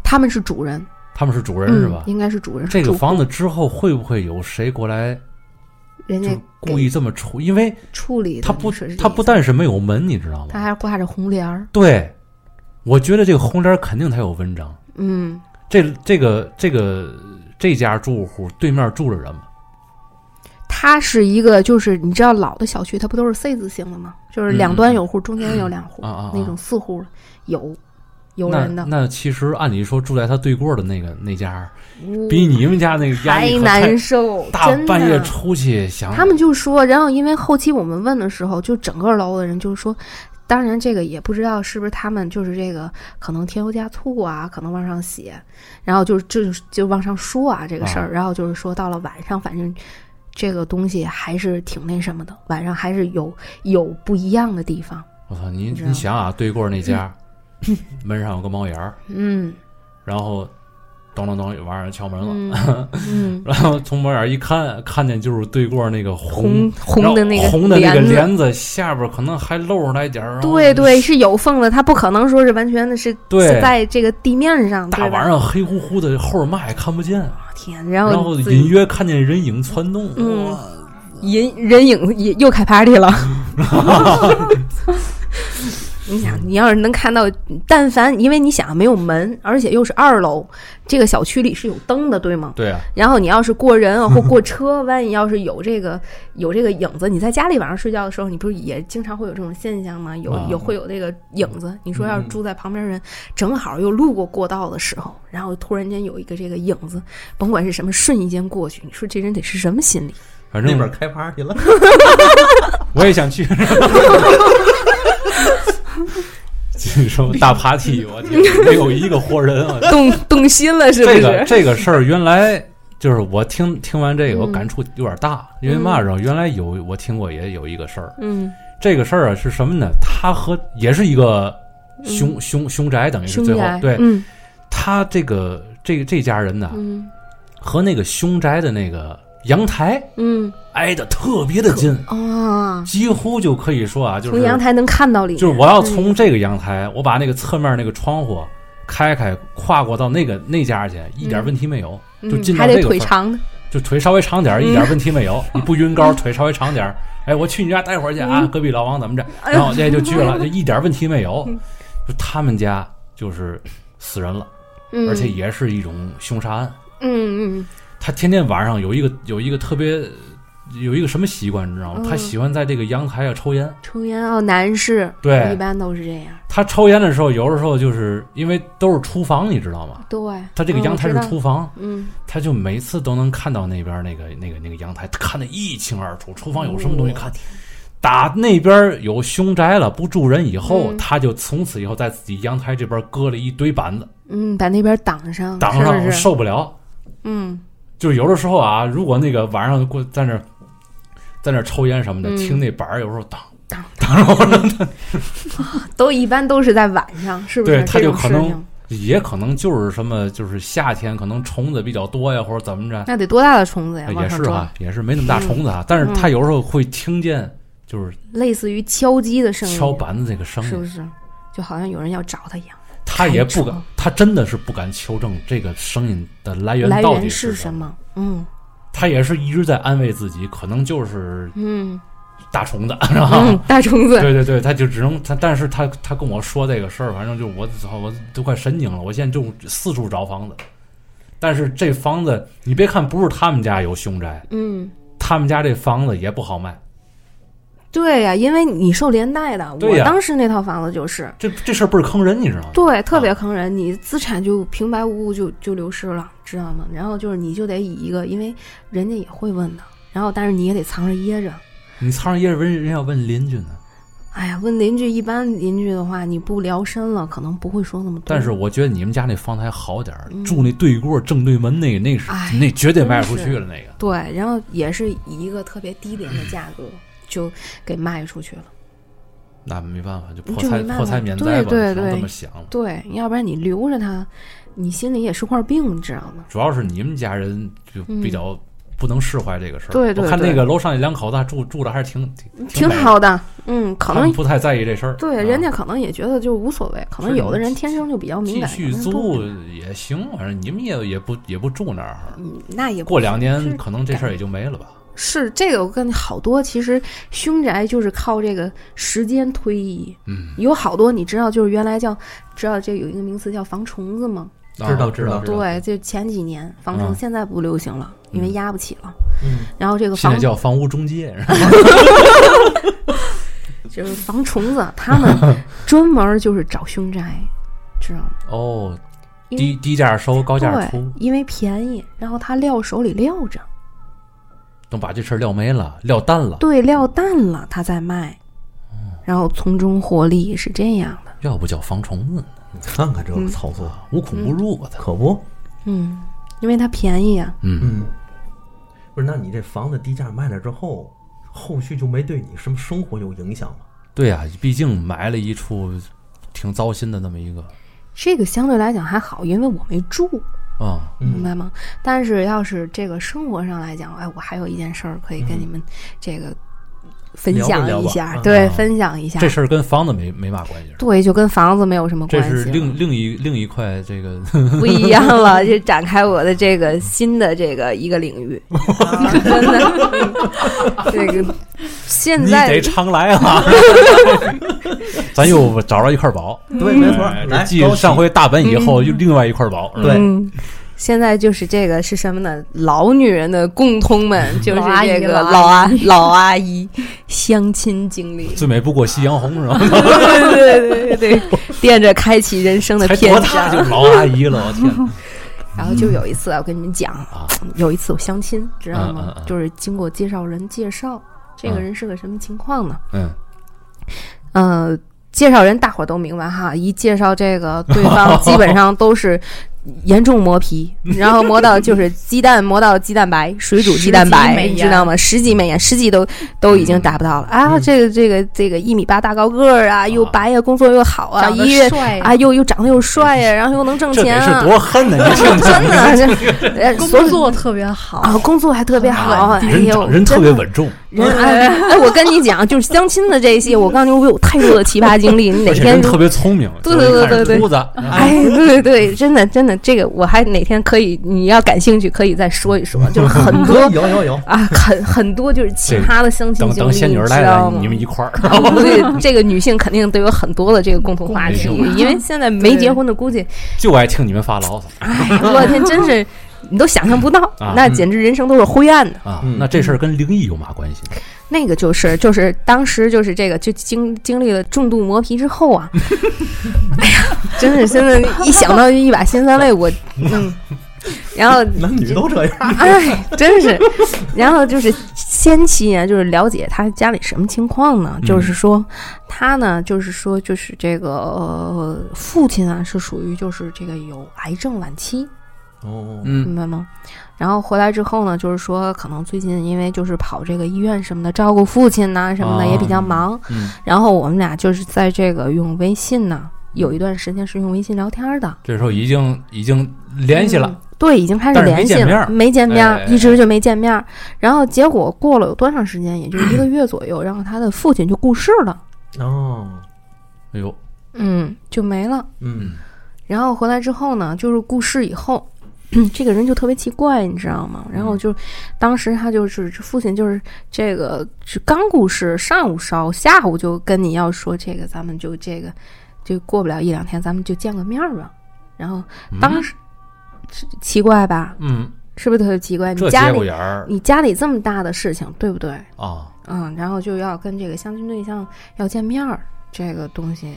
他们是主人，他们是主人嗯，是吧？应该是主人。这个主房子之后会不会有谁过来人就家是故意这么处？因为处理的他不是这他意不思但是没有门，你知道他吗？还挂着红帘儿，对，我觉得这个红帘儿肯定他有文章。嗯，这这个这个这家住户对面住着人嘛，它是一个就是你知道老的小区它不都是 C 字形的吗？就是两端有户，中间有两户，嗯啊啊啊那种四户有有那人的，那其实按理说住在他对过的那个那家，呜比你们家那个压还力可太难受，大真的半夜出去想，他们就说，然后因为后期我们问的时候，就整个楼的人就是说，当然这个也不知道是不是他们就是这个可能添油加醋啊，可能往上写，然后就就就往上说啊这个事儿，然后就是说到了晚上，反正这个东西还是挺那什么的，晚上还是有有不一样的地方，我操你你知道你想啊，对过那家、 门上有个猫眼儿，嗯然后咚咚咚晚上敲门了，嗯 嗯，然后从猫眼儿一看，看见就是对过那个红红红的那个红的那个帘子帘子下边可能还露出来点儿，然后对对，是有缝的，它不可能说是完全的是对是在这个地面上，大对吧晚上黑乎乎的，后边嘛也看不见，天，然然后后你自己隐约看见人影窜动，嗯哇人人影也又开 party 了。 你想，你要是能看到，但凡因为你想没有门，而且又是二楼，这个小区里是有灯的，对吗？对啊，然后你要是过人啊或过车，万一要是有这个有这个影子，你在家里晚上睡觉的时候，你不是也经常会有这种现象吗？有啊有会有这个影子。你说要是住在旁边人正好又路过过道的时候，然后突然间有一个这个影子，甭管是什么，瞬一间过去，你说这人得是什么心理？反那正边开 party 了，我也想去。什么大爬 梯，我天，没有一个活人啊！动动心了，是不这是？个这个事儿，原来就是我听听完这个，我嗯感触有点大，因为嘛知道，原来有我听过也有一个事儿，嗯，这个事儿啊是什么呢？他和也是一个凶凶凶宅，等于是嗯凶最后宅，对嗯他这个这这家人呢，嗯和那个凶宅的那个阳台嗯挨得特别的近，啊，几乎就可以说啊，就是从阳台能看到里面，就是我要从这个阳台，我把那个侧面那个窗户开开，跨过到那个那家去，一点问题没有，嗯就进到还这得个腿缝儿，长的，就腿稍微长点儿，嗯一点问题没 有。你不晕高，腿稍微长点儿，哎，我去你家待会儿去啊，隔壁老王怎么着？嗯哎呦然后这就去了，就一点问题没有。就他们家就是死人了，嗯而且也是一种凶杀案。嗯嗯他天天晚上有一个有一个特别有一个什么习惯，你知道吗？嗯他喜欢在这个阳台上啊抽烟。抽烟哦，男士一对般都是这样，他抽烟的时候，有的时候就是因为都是厨房，你知道吗？对，他这个嗯阳台我是知道厨房，嗯，他就每次都能看到那边那个那个那个阳台，看得一清二楚，厨房有什么东西哦看。打那边有凶宅了，不住人以后，嗯他就从此以后在自己阳台这边搁了一堆板子，嗯，把那边挡上，挡上嗯是不是？受不了。嗯，就有的时候啊，如果那个晚上过在那儿在那儿抽烟什么的，嗯听那板儿有时候当，都一般都是在晚上，是不是？对他就这种可事能情 也可能就是什么，就是夏天可能虫子比较多呀，或者怎么着，那得多大的虫子呀？哎往也上嗯是撞啊，也是没那么大虫子啊，但是他有时候会听见就是类似于敲击的声音，敲板子这个声是音，不是？就好像有人要找他一样。他也不敢开窗，他真的是不敢求证这个声音的来源来到底源是什么，么？嗯他也是一直在安慰自己，可能就是嗯大虫子，是吧？ 嗯，大虫子，啊对对对，他就只能他，但是他他跟我说这个事儿，反正就是我操，我都快神经了，我现在就四处找房子。但是这房子，你别看不是他们家有凶宅，嗯，他们家这房子也不好卖。对呀、因为你受连带的。对呀我当时那套房子就是，这这事儿倍儿坑人，你知道吗？对，特啊别坑人，你资产就平白无故就就流失了，知道吗？然后就是你就得以一个，因为人家也会问的，然后但是你也得藏着掖着。你苍蝇掖着人，人要问邻居呢。哎呀，问邻居，一般邻居的话，你不聊深了，可能不会说那么多。但是我觉得你们家那房子还好点儿，住那对过正对门那个，那是嗯哎那绝对卖不出真是去了，那个对，然后也是以一个特别低廉的价格 就给卖出去了。那没办法，就破就财没办法破财免灾吧，只对对能这对么想吧。对，要不然你留着它，你心里也是块病，你知道吗？主要是你们家人就比较不能释怀这个事儿。嗯对对我看对那个楼上那两口子还住住的还是挺挺挺美的，好的，嗯，可他们能不太在意这事儿。对啊人家可能也觉得就无所谓，可能是有的你人天生就比较敏继感。续可能都租也行，反正你们也也不也不住那儿，嗯，那也不过是两是年可能这事儿也就没了吧。是这个，我跟你好多其实凶宅就是靠这个时间推移，嗯，有好多你知道，就是原来叫知道这有一个名词叫防虫子吗？知道啊知道知道。对，就前几年防虫，嗯现在不流行了，因为压不起了。嗯，然后这个现防在叫房屋中介，是吧就是防虫子，他们专门就是找凶宅，知道吗？哦，因低低价收，高价对出，，因为便宜，然后他撂手里撂着，等把这事儿撂没了，撂淡了。对，撂淡了他再卖，哦然后从中获利是这样的。要不叫防虫子呢， 你看看这个操作，无孔不入啊！它可不，嗯，因为它便宜啊，嗯，嗯，不是，那你这房子低价卖了之后，后续就没对你什么生活有影响吗？对呀，毕竟埋了一处挺糟心的那么一个这个相对来讲还好，因为我没住，啊。嗯明白吗？但是要是这个生活上来讲，哎，我还有一件事儿可以跟你们这个分聊吧享聊一吧下，啊对，分享一下。嗯这事儿跟房子没没嘛关系，是吧对，就跟房子没有什么这关系了。是另另一另一块这个不一样了， 就展开我的这个新的这个一个领域， 真的，嗯这个现 你在得常来 啊，咱又找着一块宝，嗯对，没错，哎来这继高级上回大本以后又另外一块宝，是吧，对嗯，现在就是这个是什么呢？老女人的共通们就是老阿这姨个老老阿老阿姨相亲经历 最美不过夕阳红是吧？对对对对，惦着开启人生的才篇多大就章。老阿姨了，我天！然后就有一次啊，我跟你们讲啊，有一次我相亲，知道嗯嗯吗嗯？就是经过介绍人介绍，这个人是个什么情况呢？嗯，呃，介绍人大伙儿都明白哈，一介绍这个对 方，基本上都是严重磨皮，然后磨到就是鸡蛋磨到鸡蛋 白，水煮鸡蛋十级白，美嗯你颜知道吗？十几美颜，十几都都已经达不到了啊！这个这个这个一米八大高个儿啊，又白呀，工作又好啊，长得一月帅呀嗯啊又又长得又帅呀，然后又能挣这钱得是啊，多恨呐！你听 真听，的这 呃所啊工以作啊特别好，啊，工作还特别好，哎人呦，长人特真别的稳重，人哎，哎，我跟你讲，就是相亲的这一些，我告诉你，我有太多的奇葩经历。你哪而且天人如特别聪明，对对对对对秃子，啊哎，对对对，真的真的，这个我还哪天可以，你要感兴趣可以再说一说， 就是很多 有有有，啊，很很多就是奇葩的相亲等经等历，仙女你儿知来道了，吗你？们一块儿。对，这个女性肯定都有很多的这个共同话题共，因为现在没结婚的估计，就爱听你们发牢骚。 哎，我天，真是你都想象不到，啊那简直人生都是灰暗的。啊嗯，那这事儿跟灵异有嘛关系？那个就是就是当时就是这个就经经历了重度磨皮之 后啊，哎呀，真是现在一想到一把辛酸泪，我 嗯，然后男女都这样，哎，真是，然后就是先期啊，就是了解他家里什么情况呢？就是说他呢，就是说就是这个、呃、父亲啊，是属于就是这个有癌症晚期，哦，嗯明白吗？然后回来之后呢，就是说可能最近因为就是跑这个医院什么的，照顾父亲呐、什么的哦也比较忙。嗯，然后我们俩就是在这个用微信呢，有一段时间是用微信聊天的，这时候已经已经联系了，嗯对，已经开始但是没联系见面了，儿没见面儿，哎一直就没见面儿。然后结果过了有多长时间，也就是一嗯个月左右，然后他的父亲就过世了，哦，哎呦，嗯，就没了。嗯，然后回来之后呢，就是故事以后， 这个人就特别奇怪，你知道吗？嗯然后就，当时他就是父亲，就是这个是刚故事，上午烧，下午就跟你要说这个，咱们就这个，就过不了一两天，咱们就见个面儿吧。然后嗯当时、是奇怪吧，嗯，是不是特别奇怪？你这家节骨里眼儿你家里这么大的事情，对不对？啊，嗯，然后就要跟这个相亲对象要见面儿，这个东西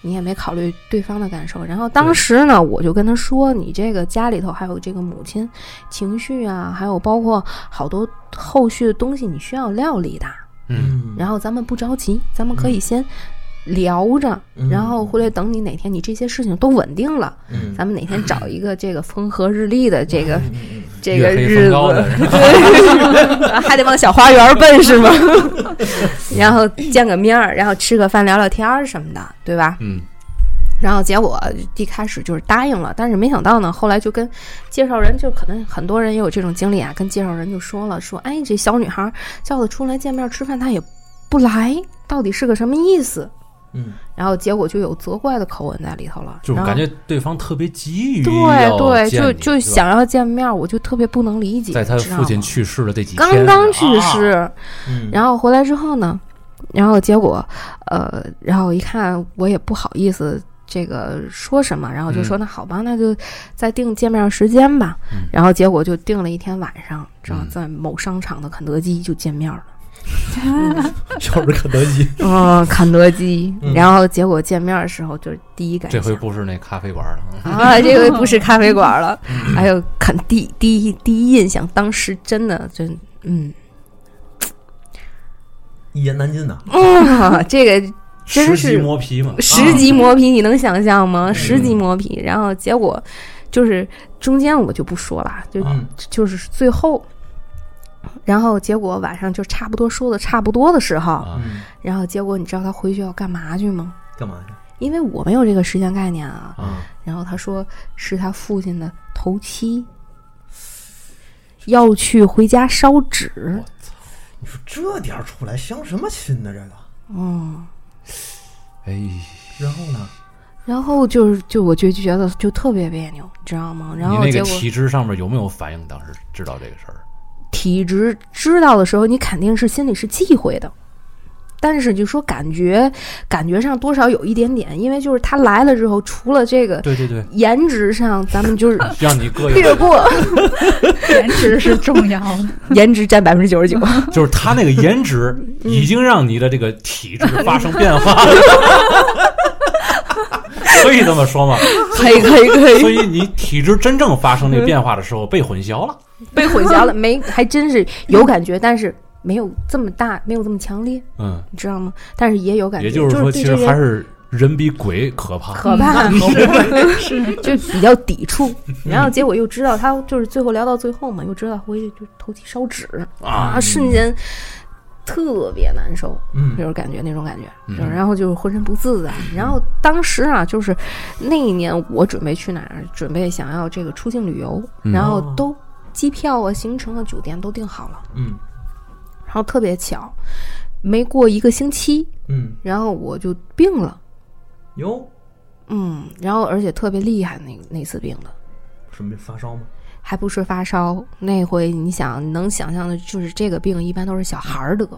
你也没考虑对方的感受。然后当对时呢，我就跟他说，你这个家里头还有这个母亲情绪啊，还有包括好多后续的东西，你需要料理的。嗯，然后咱们不着急，咱们可以先聊着，嗯然后回来等你哪天你这些事情都稳定了，嗯咱们哪天找一个这个风和日丽的这 个、这个月黑风日子，高 的对，还得往小花园奔是吗？ 然后见个面儿，然后吃个饭、聊聊天儿什么的，对吧？嗯，然后结果一开始就是答应了，但是没想到呢，后来就跟介绍人，就可能很多人也有这种经历啊，跟介绍人就说了，说哎，这小女孩儿叫她出来见面吃饭，她也不来，到底是个什么意思？嗯，然后结果就有责怪的口吻在里头了，就是然后感觉对方特别急于对要对，见就你就，想要见面儿，我就特别不能理解，是吧在他知道父亲吗去世的这几天，刚刚去啊世，嗯 然后回来之后呢，然后结果，呃，然后一看我也不好意思这个说什么，然后就说、那好吧，那就再定见面时间吧。嗯然后结果就定了一天晚上，知道嗯在某商场的肯德基就见面了。又是肯德基，嗯，肯德基嗯。然后结果见面的时候就是第一感这想回不是那咖啡馆了啊，啊，这回不是咖啡馆了，还有肯第第一第一印象，当时真的真嗯一言难尽呐，啊，这个真十级是磨皮嘛，十级磨皮，你能想象吗？十级磨皮，然后结果就是中间我就不说了，就、嗯就是最后，然后结果晚上就差不多说的差不多的时候，啊，嗯，然后结果你知道他回去要干嘛去吗？干嘛去因为我没有这个时间概念啊。啊？然后他说是他父亲的头七，要去回家烧纸。你说这点儿出来相什么亲呢？这个，嗯，哎，然后呢？然后就是就我就觉得就特别别扭，你知道吗？然你后那结个果。体质上面有没有反应？当时知道这个事儿，体质知道的时候，你肯定是心里是忌讳的。但是就说感觉，感觉上多少有一点点，因为就是他来了之后，除了这个对对对，颜值上，咱们就是 让你各略有，过，颜值是重要的。颜值占百分之九十九。就是他那个颜值嗯已经让你的这个体 质发生变化了，可以这么说吗？可以嗯可以可所以，以你体质真正发生那个变化的时候被混淆了， 被混淆了，没还真是有感觉，但是没有这么大，没有这么强烈，嗯，你知道吗？但是也有感觉，也就是说，是对其这实人还是人比鬼可怕，可怕， 是就比较抵触。嗯然后结果又知道他就是最后聊到最后嘛，又知道回去就头七烧纸啊，瞬间特别难受，嗯就是感觉那种感觉，嗯就是然后就是浑身不自在。然后当时啊，就是那一年我准备去哪儿，准备想要这个出境旅游，嗯然后都机票啊、行程啊、酒店都订好了，嗯然后特别巧，没过一个星期，嗯，然后我就病了。哟，嗯，然后而且特别厉害，那那次病的，准备发烧吗？还不是发烧。那回你想能想象的，就是这个病一般都是小孩儿得，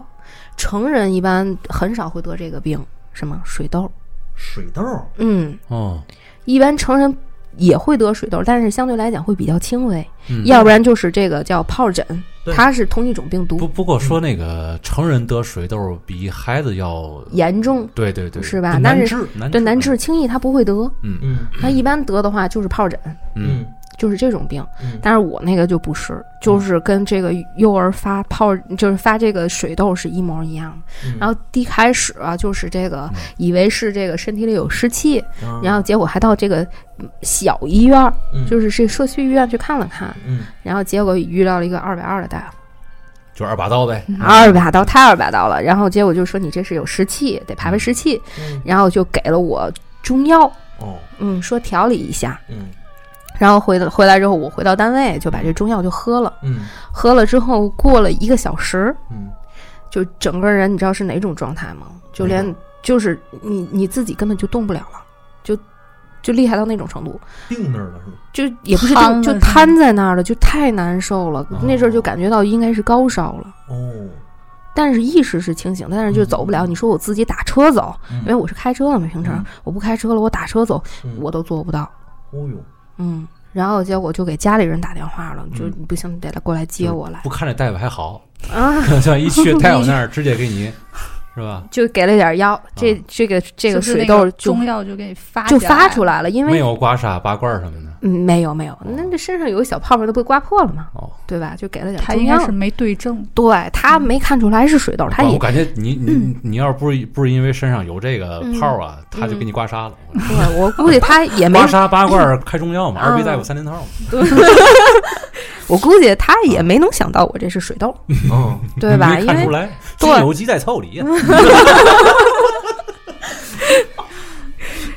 成人一般很少会得这个病，什么水痘。水痘儿，嗯，哦，一般成人也会得水痘，但是相对来讲会比较轻微，嗯要不然就是这个叫疱疹，对它是同一种病不毒，不过说那个成人得水痘比孩子要严重对对对是吧就但难是治难对难治治，轻易它不会得。嗯嗯它一般得的话就是疱疹，嗯就是这种病。嗯但是我那个就不是，就是跟这个幼儿发疱，就是发这个水痘是一模一样的。嗯，然后一开始啊，就是这个嗯以为是这个身体里有湿气，啊然后结果还到这个嗯小医院儿，嗯就是这社区医院去看了看，嗯然后结果遇到了一个二百二的大夫，就二把刀呗，嗯二百刀太二百刀了，然后结果就说你这是有湿气，得排排湿气，嗯然后就给了我中药，哦嗯，说调理一下。嗯然后回到回来之后，我回到单位就把这中药就喝了，嗯喝了之后过了一个小时，嗯就整个人你知道是哪种状态吗？就连哪就是你你自己根本就动不了了，就就厉害到那种程度，定那儿了是吗？就也不是瘫就就是了吗瘫在那儿了，就太难受了。哦那阵儿就感觉到应该是高烧了。哦，但是意识是清醒的，但是就走不了。你说我自己打车走，嗯因为我是开车了嘛，平常、嗯我不开车了，我打车走嗯我都做不到。哦呦，嗯，然后结果就给家里人打电话了，就嗯你不行，你得来过来接我来不看这大夫还好， 啊。像一 去大夫那儿直接给你是吧？就给了点啊药，这、这个这个 就是那水痘就中药就给发就起来发出来了，因没为有刮痧、拔罐儿什么的。嗯没有没有，那这身上有个小泡泡都被刮破了嘛，哦，对吧？就给了点他中应该药是，嗯没对症，对他没看出来是水痘，哦他我也嗯感觉你你你要是不是不是因为身上有这个泡儿啊，他就给你刮痧了。对我估计他也嗯没 刮痧、拔罐儿、开中药嘛，嗯二逼大夫三连套嘛。我估计他也没能想到我这是 水痘，哦，对吧？啊没因看为出来，对嗯金有鸡在草里呀。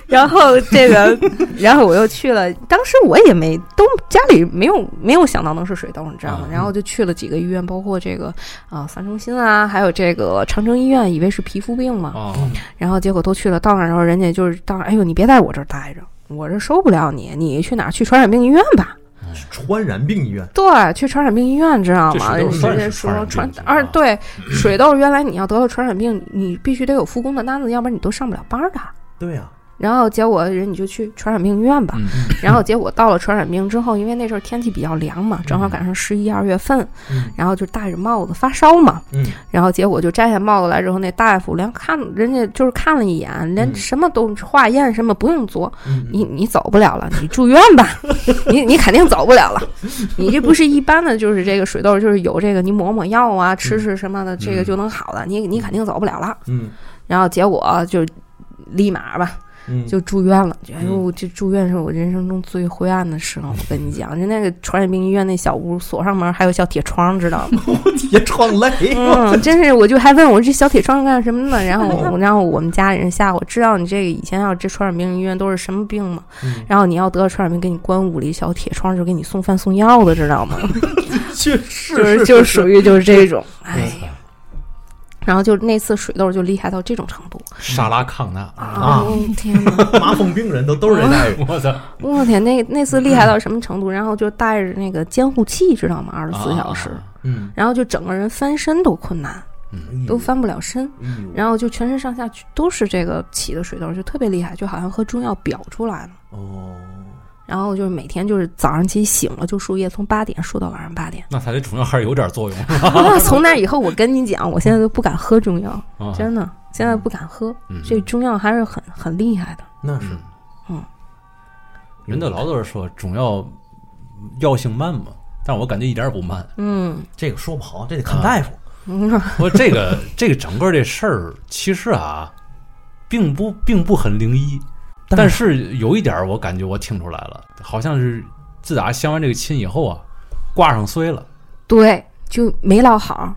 然后这 个，然后我又去了，当时我也没都家里没有没有想到能是水痘，你知道吗？嗯然后就去了几个医院，包括这个啊、三中心啊，还有这个长城医院，以为是皮肤病嘛，哦，然后结果都去了，到那儿之后，人家就是到那儿，哎呦，你别在我这儿待着。我这受不了你，你去哪儿？去传染病医院吧。传染病医院，对，去传染病医院，知道吗？这水人痘家算直是接传说染传病啊是吧二对水痘，原来你要得了传染病，你必须得有复工的单子，要不然你都上不了班儿的。对呀，然后结果人你就去传染病医院吧。嗯然后结果到了传染病之后，因为那阵儿天气比较凉嘛，正好赶上十一二月份，嗯然后就戴着帽子发烧嘛。嗯然后结果就摘下帽子来之后，那大夫连看人家就是看了一眼，连嗯什么都化验什么不用做，嗯，你你走不了了，你住院 吧，你你肯定走不了了。你这不是一般的，就是这个水痘，就是有这个你抹抹药啊，吃吃什么的，这个就能好的，你你肯定走不了了。嗯然后结果就立马吧，嗯就住院了。哎嗯呦，这住院是我人生中最灰暗的时 候。我跟你讲，就那个传染病医院那小屋，锁上门还有小铁窗，知道吗？别创雷，嗯，真是，我就还问我这小铁窗干什么呢？然后我，然后我们家里人吓我，知道你这个以前要这传染病医院都是什么病吗？嗯然后你要得了传染病，给你关屋里，小铁窗就给你送饭送药的，知 道吗？去是就是就是属于就是 这种，哎嗯呀。然后就那次水痘就厉害到这种程度沙拉康纳，啊！哦天哪！麻风病人都都是这待遇，我操！ 我天，那那次厉害到什么程度？然后就带着那个监护器，知道吗？二十四啊小时，嗯，然后就整个人翻身都困难，嗯都翻不了身。哎呦，然后就全身上下都是这个起的水痘，就特别厉害，就好像和中药表出来了。哦，然后就是每天就是早上起醒了就输液，从八点输到晚上八 。点那他这中药还是有点作用哇从那以后，我跟你讲，我现在都不敢喝中药，啊。真的，现在不敢喝。嗯这中药还是很很厉害的。那是人的老都是说中药药性慢嘛，但是我感觉一点儿也不慢。嗯，这个说不好，这得看大夫。不过这个这个整个这事儿，其实啊，并不并不很灵异，但是有一点儿我感觉我听出来了，好像是自打相完这个亲以后啊，挂上衰了，对，就没落好，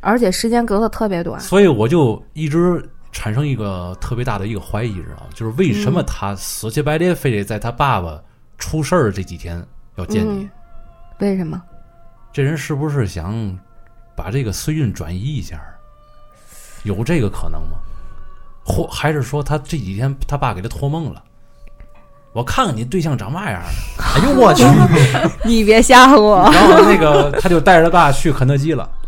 而且时间隔得特别短。所以我就一直产生一个特别大的一个怀疑，知道吗？就是为什么他死乞白赖非得在他爸爸出事儿这几天要见你？嗯为什么？这人是不是想把这个衰运转移一下儿？有这个可能吗？或还是说他这几天他爸给他托梦了？我看看你对象长嘛样儿，哎呦我去， 你别吓唬我！然后那个他就带着他爸去肯德基了，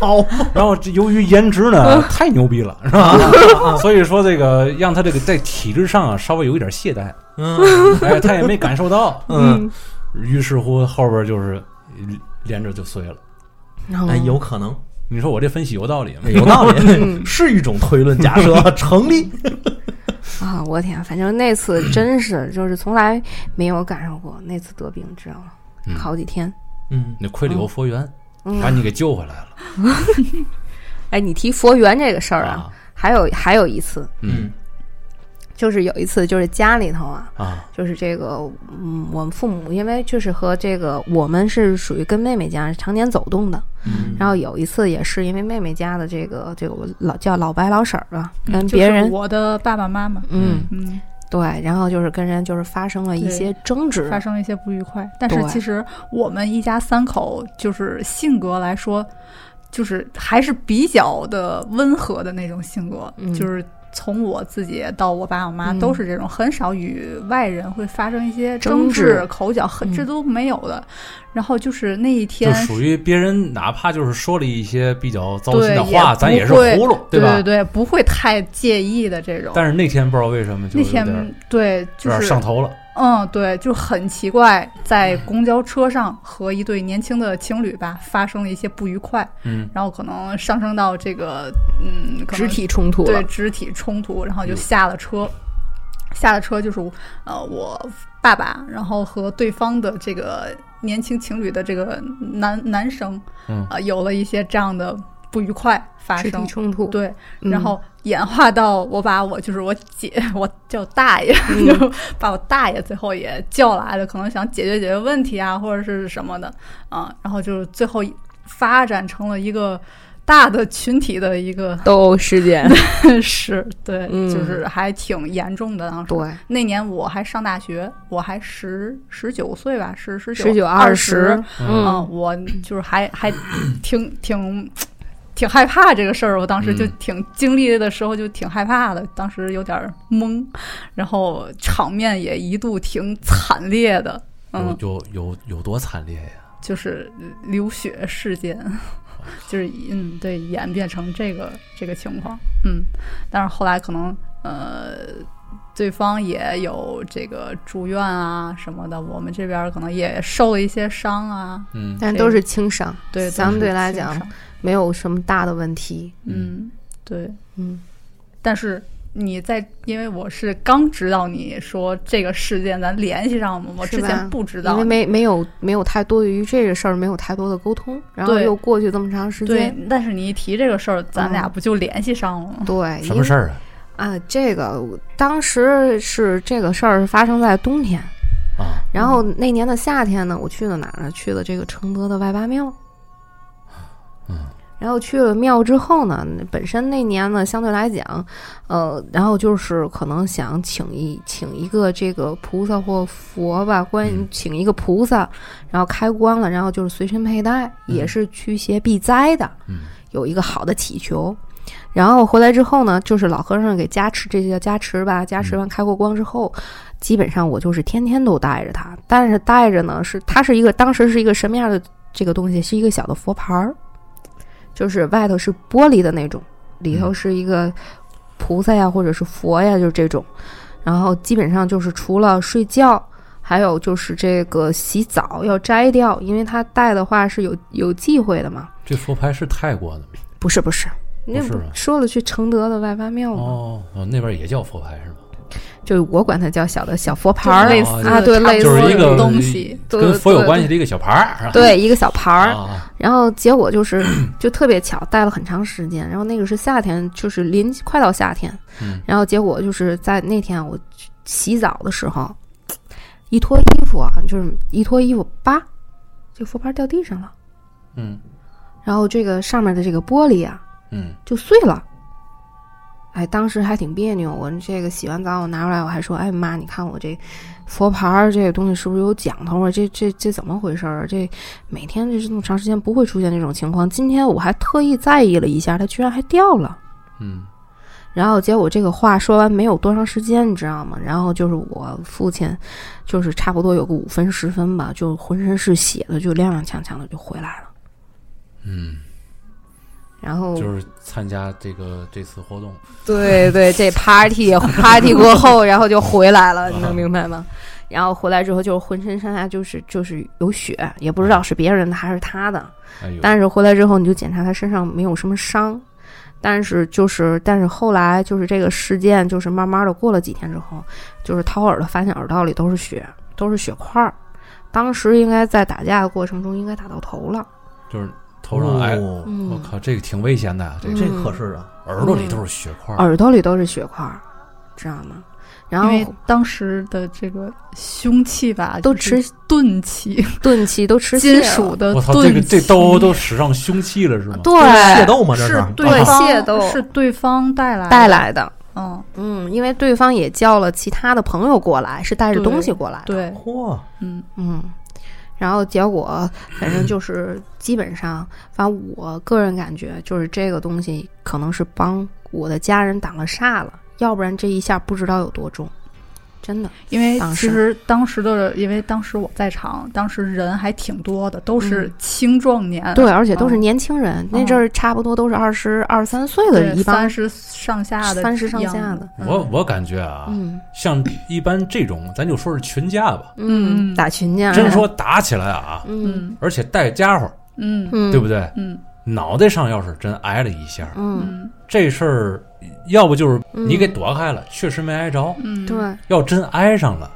好嘛，然后这由于颜值呢 太牛逼了，是吧？所以说这个让他这个在体质上啊稍微有一点懈怠，嗯哎，他也没感受到。嗯，，于是乎后边就是连着就碎了。 然后哎，有可能， 你说我这分析有道理吗哎？有道理，嗯是一种推论假设成立。啊，我天，反正那次真是就是从来没有赶上过，那次得病知道吗嗯？好几天。嗯，你亏里有佛缘，嗯把，你给救回来了哎，你提佛缘这个事儿啊，啊！还有还有一次，嗯就是有一次就是家里头啊，嗯啊就是这个，嗯，我们父母因为就是和这个我们是属于跟妹妹家常年走动的，嗯然后有一次也是因为妹妹家的这个这个我老叫老白老婶儿吧，嗯跟就是别人，我的爸爸妈妈，嗯，嗯，对，然后就是跟人就是发生了一对些争执，发生了一些不愉快。但是对其实我们一家三口就是性格来说，就是还是比较的温和的那种性格，嗯就是。从我自己到我爸我妈嗯都是这种，很少与外人会发生一些争执、执口角，很嗯这都没有的。然后就是那一就天，属于别人，哪怕就是说了一些比较糟心的对也不话，会咱也是葫芦，对吧对？对，不会太介意的这种。但是那天不知道为什么就那有点天对，有就点是上头了。嗯，对，就很奇怪，在嗯公交车上和一对年轻的情侣吧发生了一些不愉快，嗯，然后可能上升到这个嗯，可肢能体冲突对了，嗯肢体冲突，然后就下了车，下了车就是呃我爸爸，然后和对方的这个年轻情侣的这个男男生，嗯呃，有了一些这样的不愉快发肢体生，冲突，对，嗯然后演化到我把我就是我姐，我叫大爷，嗯 就把我大爷最后也叫来了，可能想解决解决问题啊，或者是什么的啊，然后就是最后发展成了一个大的群体的 一个斗殴事件，事，对，嗯就是还挺严重的。当时对，那年我还上大学，我还十十九岁吧，十十九十九二十，嗯，嗯，我就是还还挺挺挺害怕这个事儿，我当时就嗯挺经历的时候就挺害怕的，当时有点儿懵，然后场面也一度挺惨烈的，嗯有，有有有多惨烈呀？就是流血事件， 就是嗯，对，演变成这个这个情况，嗯，但是后来可能呃，对方也有这个住院啊什么的，我们这边儿可能也受了一些伤啊，嗯，但都是轻伤，对，相都是对来轻讲伤没有什么大的问题，嗯，对。嗯但是你在，因为我是刚知道你说这个事件，咱联系上嘛，我是之吧前不知因道为。没没有没有太多对于这个事儿没有太多的沟通，然后对又过去这么长时对间，，但是你一提这个事儿，咱俩嗯不就联系上了吗？对，什么事儿儿啊？哎啊？这个当时是这个事儿发生在冬天，啊，然后那年的夏天呢，我去了哪儿呢？去了这个承德的外八庙。嗯。然后去了庙之后呢，本身那年呢，相对来讲，呃，然后就是可能想请一请一个这个菩萨或佛吧，观嗯请一个菩萨，然后开光了，然后就是随身佩戴，也是驱邪避灾的，嗯有一个好的祈求。然后回来之后呢，就是老和尚给加持，这叫加持吧。加持完开过光之后，基本上我就是天天都带着它，但是带着呢是它是一个当时是一个什么样的这个东西，是一个小的佛牌儿，就是外头是玻璃的那种，里头是一个菩萨呀或者是佛呀，就是这种。然后基本上就是除了睡觉，还有就是这个洗澡要摘掉，因为它戴的话是有有忌讳的嘛。这佛牌是泰国的吗不是不是，那是啊说了去承德的外八庙嘛，哦哦，那边也叫佛牌是吗？就是我管它叫小的小佛牌就儿是类哦似啊的对差不类就是多一的个东西，对跟佛有对关系的一个小牌儿，是吧对，一个小牌儿，啊，然后结 果就是就特别巧，戴了很长时间。然后那个是夏天，就是临快到夏天，嗯然后结果就是在那天啊我去洗澡的时候，一脱衣服啊，就是一脱衣服，叭，这佛牌掉地上了，嗯然后这个上面的这个玻璃啊嗯就碎了。哎，当时还挺别扭。我这个洗完澡，我拿出来，我还说：“哎妈，你看我这佛牌儿这个东西是不是有讲头啊？这这这怎么回事儿啊？这每天这这么长时间不会出现这种情况。今天我还特意在意了一下，它居然还掉了。”嗯然后结果这个话说完没有多长时间，你知道吗？然后就是我父亲，就是差不多有个五分十分吧，就浑身是血的，就踉踉跄跄的就回来了。嗯，然后哦就是参加这个这次活动，对对，这 party party 过后，然后就回来啊了，你能明白吗？然后回来之后，就是浑身上下就是就是有血，也不知道是别人的还是他的。哎呦，但是回来之后，你就检查他身上没有什么伤，但是就是但是后来就是这个事件，就是慢慢的过了几天之后，就是掏耳朵发现耳道里都是血，都是血块儿。当时应该在打架的过程中，应该打到头了。就是头上哎，哦嗯，我靠，这个挺危险的呀，这个这可是啊，耳朵里都是血块儿，耳朵里都是血块儿，知道吗？然因后为当时的这个凶器吧，都就是吃钝器，钝器都吃金血属了的我操，这钝个器。这都都使上凶器了是吗？对械斗嘛，这嗯哎是是对啊方械斗是对方带来的带，来的。嗯，嗯，因为对方也叫了其他的朋友过来，是带着东西过来的。，对，嚯，嗯，嗯，然后结果反正就是基本上，反正我个人感觉就是这个东西可能是帮我的家人挡了煞了，要不然这一下不知道有多重，真的。因为当其时实当时的，因为当时我在场，当时人还挺多的，都是嗯青壮年，对，而且都是嗯年轻人，那阵儿差不多都是二十二三岁对的一帮三十上下的，三十上下的，，我我感觉啊，嗯像一般这种，咱就说是群架吧，嗯打群架，真说打起来啊，嗯，嗯而且带家伙，嗯嗯，对不对？嗯脑袋上要是真挨了一下，嗯，嗯这事儿要不就是嗯你给躲开了，确实没挨着；嗯，对要真挨上了，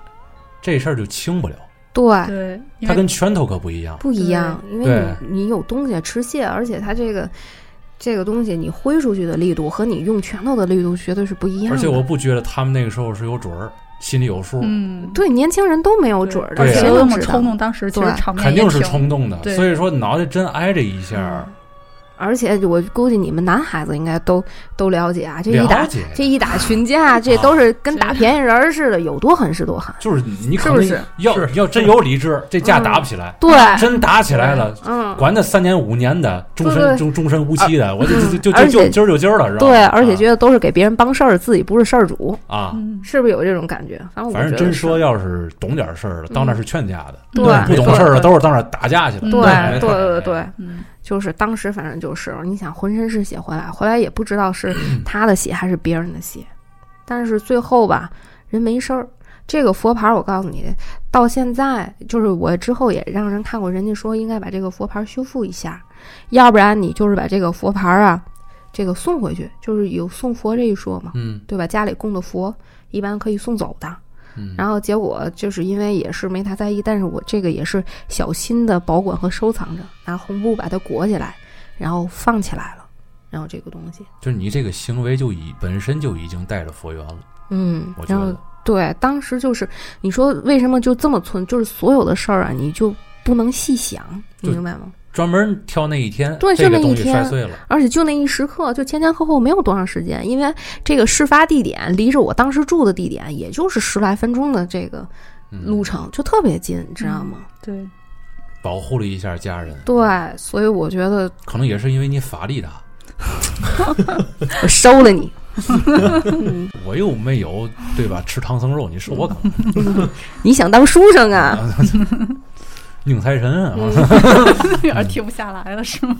这事儿就轻不了。对，对，因它为跟拳头可不一样，不一对样，因为对你你有东西吃蟹，而且它这个这个东西你挥出去的力度和你用拳头的力度绝对是不一样的。而且我不觉得他们那个时候是有准儿，心里有数，嗯，对年轻人都没有准儿的，对而啊且谁那能么知道冲？动，当时其实对场面肯定也是挺冲动的。对嗯所以说脑袋真挨这一下，而且我估计你们男孩子应该都都了解啊，这一了打解这一打群架，这都是跟打便宜人儿似的，有多狠是多狠。就是你是可不能是要是要真有理智，这架嗯打不起来。对，真打起来了，嗯，管他三年五年的，终对对身终终身无期的，我就就嗯就而就且就今儿就今儿了，是吧？对，而且啊觉得都是给别人帮事儿，自己不是事儿主，啊，嗯，是不是有这种感觉？反正我反正觉得真是说要是懂点事儿了，到那嗯是劝架的；对不懂对事儿了，对都是到那儿打架去了。嗯对哎对对对对。嗯就是当时反正就是，你想浑身是血回来，回来也不知道是他的血还是别人的血，但是最后吧，人没事儿。这个佛牌儿我告诉你，到现在就是我之后也让人看过，人家说应该把这个佛牌儿修复一下，要不然你就是把这个佛牌儿啊，这个送回去，就是有送佛这一说嘛，嗯，对吧？家里供的佛一般可以送走的，嗯然后结果就是因为也是没太在意，但是我这个也是小心的保管和收藏着，拿红布把它裹起来，然后放起来了，然后这个东西，就是你这个行为就已本身就已经带着佛缘了，嗯我，觉然后得对，当时就是你说为什么就这么存，就是所有的事儿啊，你就不能细想，你对明白吗？专门挑那一天，对这就那个一东西摔天碎了，而且就那一时刻，就前前后后没有多长时间，因为这个事发地点离着我当时住的地点也就是十来分钟的这个嗯路程，就特别近，知道吗？对，保护了一下家人。，对，所以我觉得可能也是因为你法力大，我收了你。我又没有对吧？吃唐僧肉，你说我干嘛？你想当书生啊？宁财神啊， 有点停不下来了，是吗？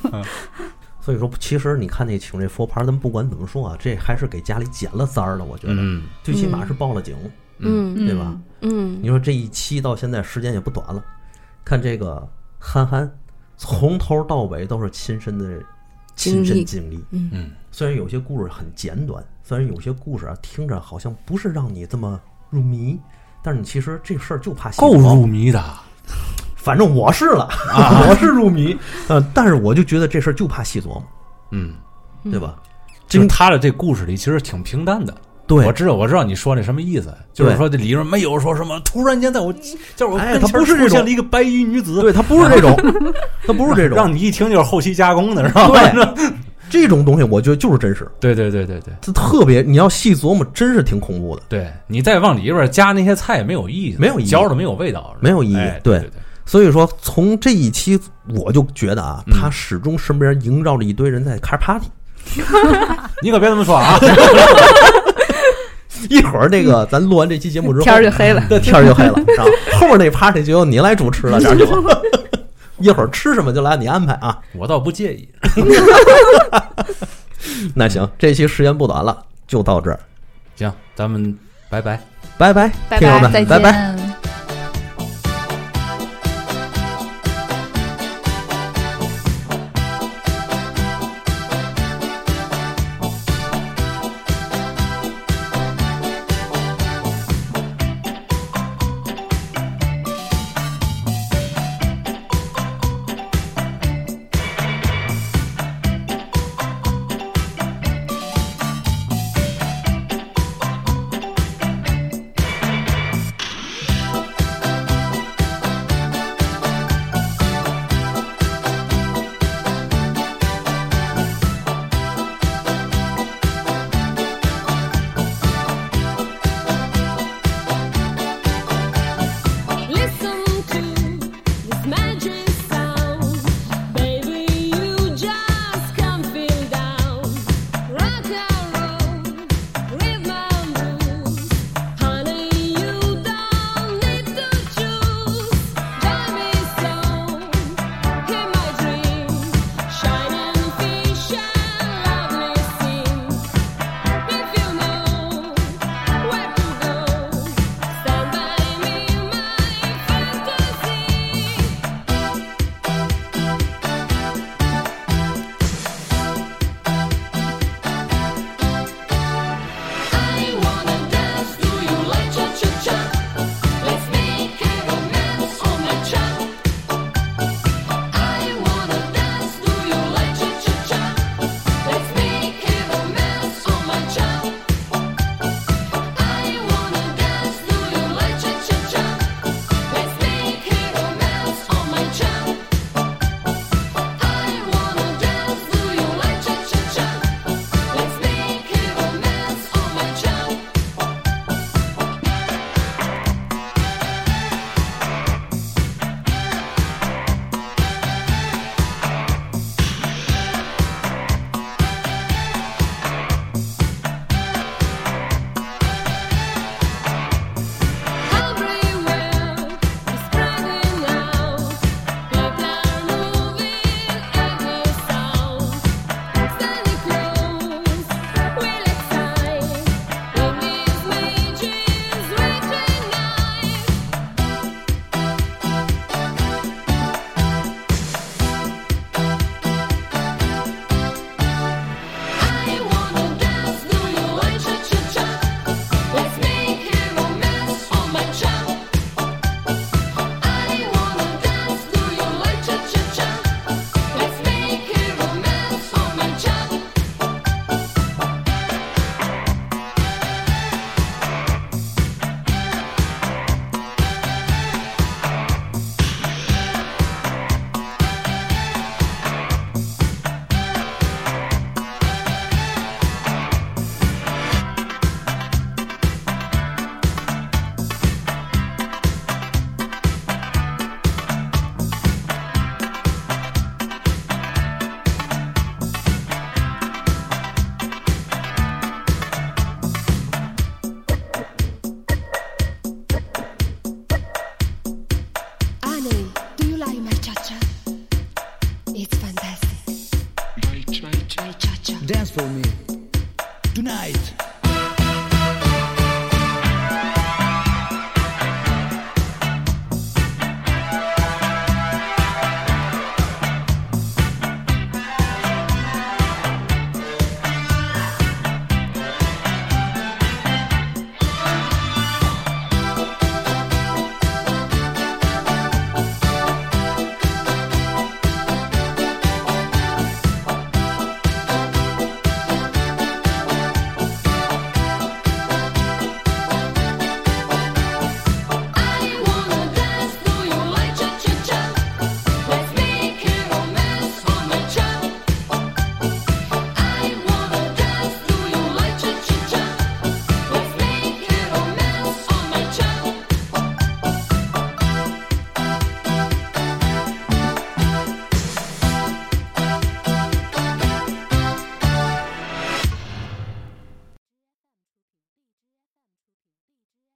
所以说其实你看那请这佛牌，咱们不管怎么说啊，这还是给家里减了灾儿了，我觉得嗯，最起码是报了警。嗯嗯对吧？嗯你说这一期到现在时间也不短了，看这个憨憨从头到尾都是亲身的亲身经历。嗯嗯虽然有些故事很简短，虽然有些故事啊听着好像不是让你这么入迷，但是你其实这事儿就怕够入。入啊迷的。反正我是了，我是入迷，呃，但是我就觉得这事儿就怕细琢磨，嗯，对吧？就是他的这故事里其实挺平淡的。对我，知道，我知道你说那什么意思，就是说这里边没有说什么突然间在我在我哎跟他前不是出这现种了一个白衣女子，对，它不是这 种，它不是这种，让你一听就是后期加工的，是吧？对这种东西，我觉得就是真实， 对对对对对这特别，你要细琢磨，真是挺恐怖的。对，你再往里边加那些菜也没有意义，没有意义嚼着没有味道，没有意义哎对对对， 所以说，从这一期，我就觉得啊，嗯他始终身边萦绕着一堆人在开 party。你可别这么说 啊！一会儿那个，咱录完这期节目之后，嗯 天儿就黑了。 那天儿就黑了，啊，后面那 party 就由你来主持了，这样就。 一会儿吃什么就来你安排啊。我倒不介意。那行，这期时间不短了，就到这儿，行，咱们拜拜。拜拜，拜听友拜们，再拜见。拜。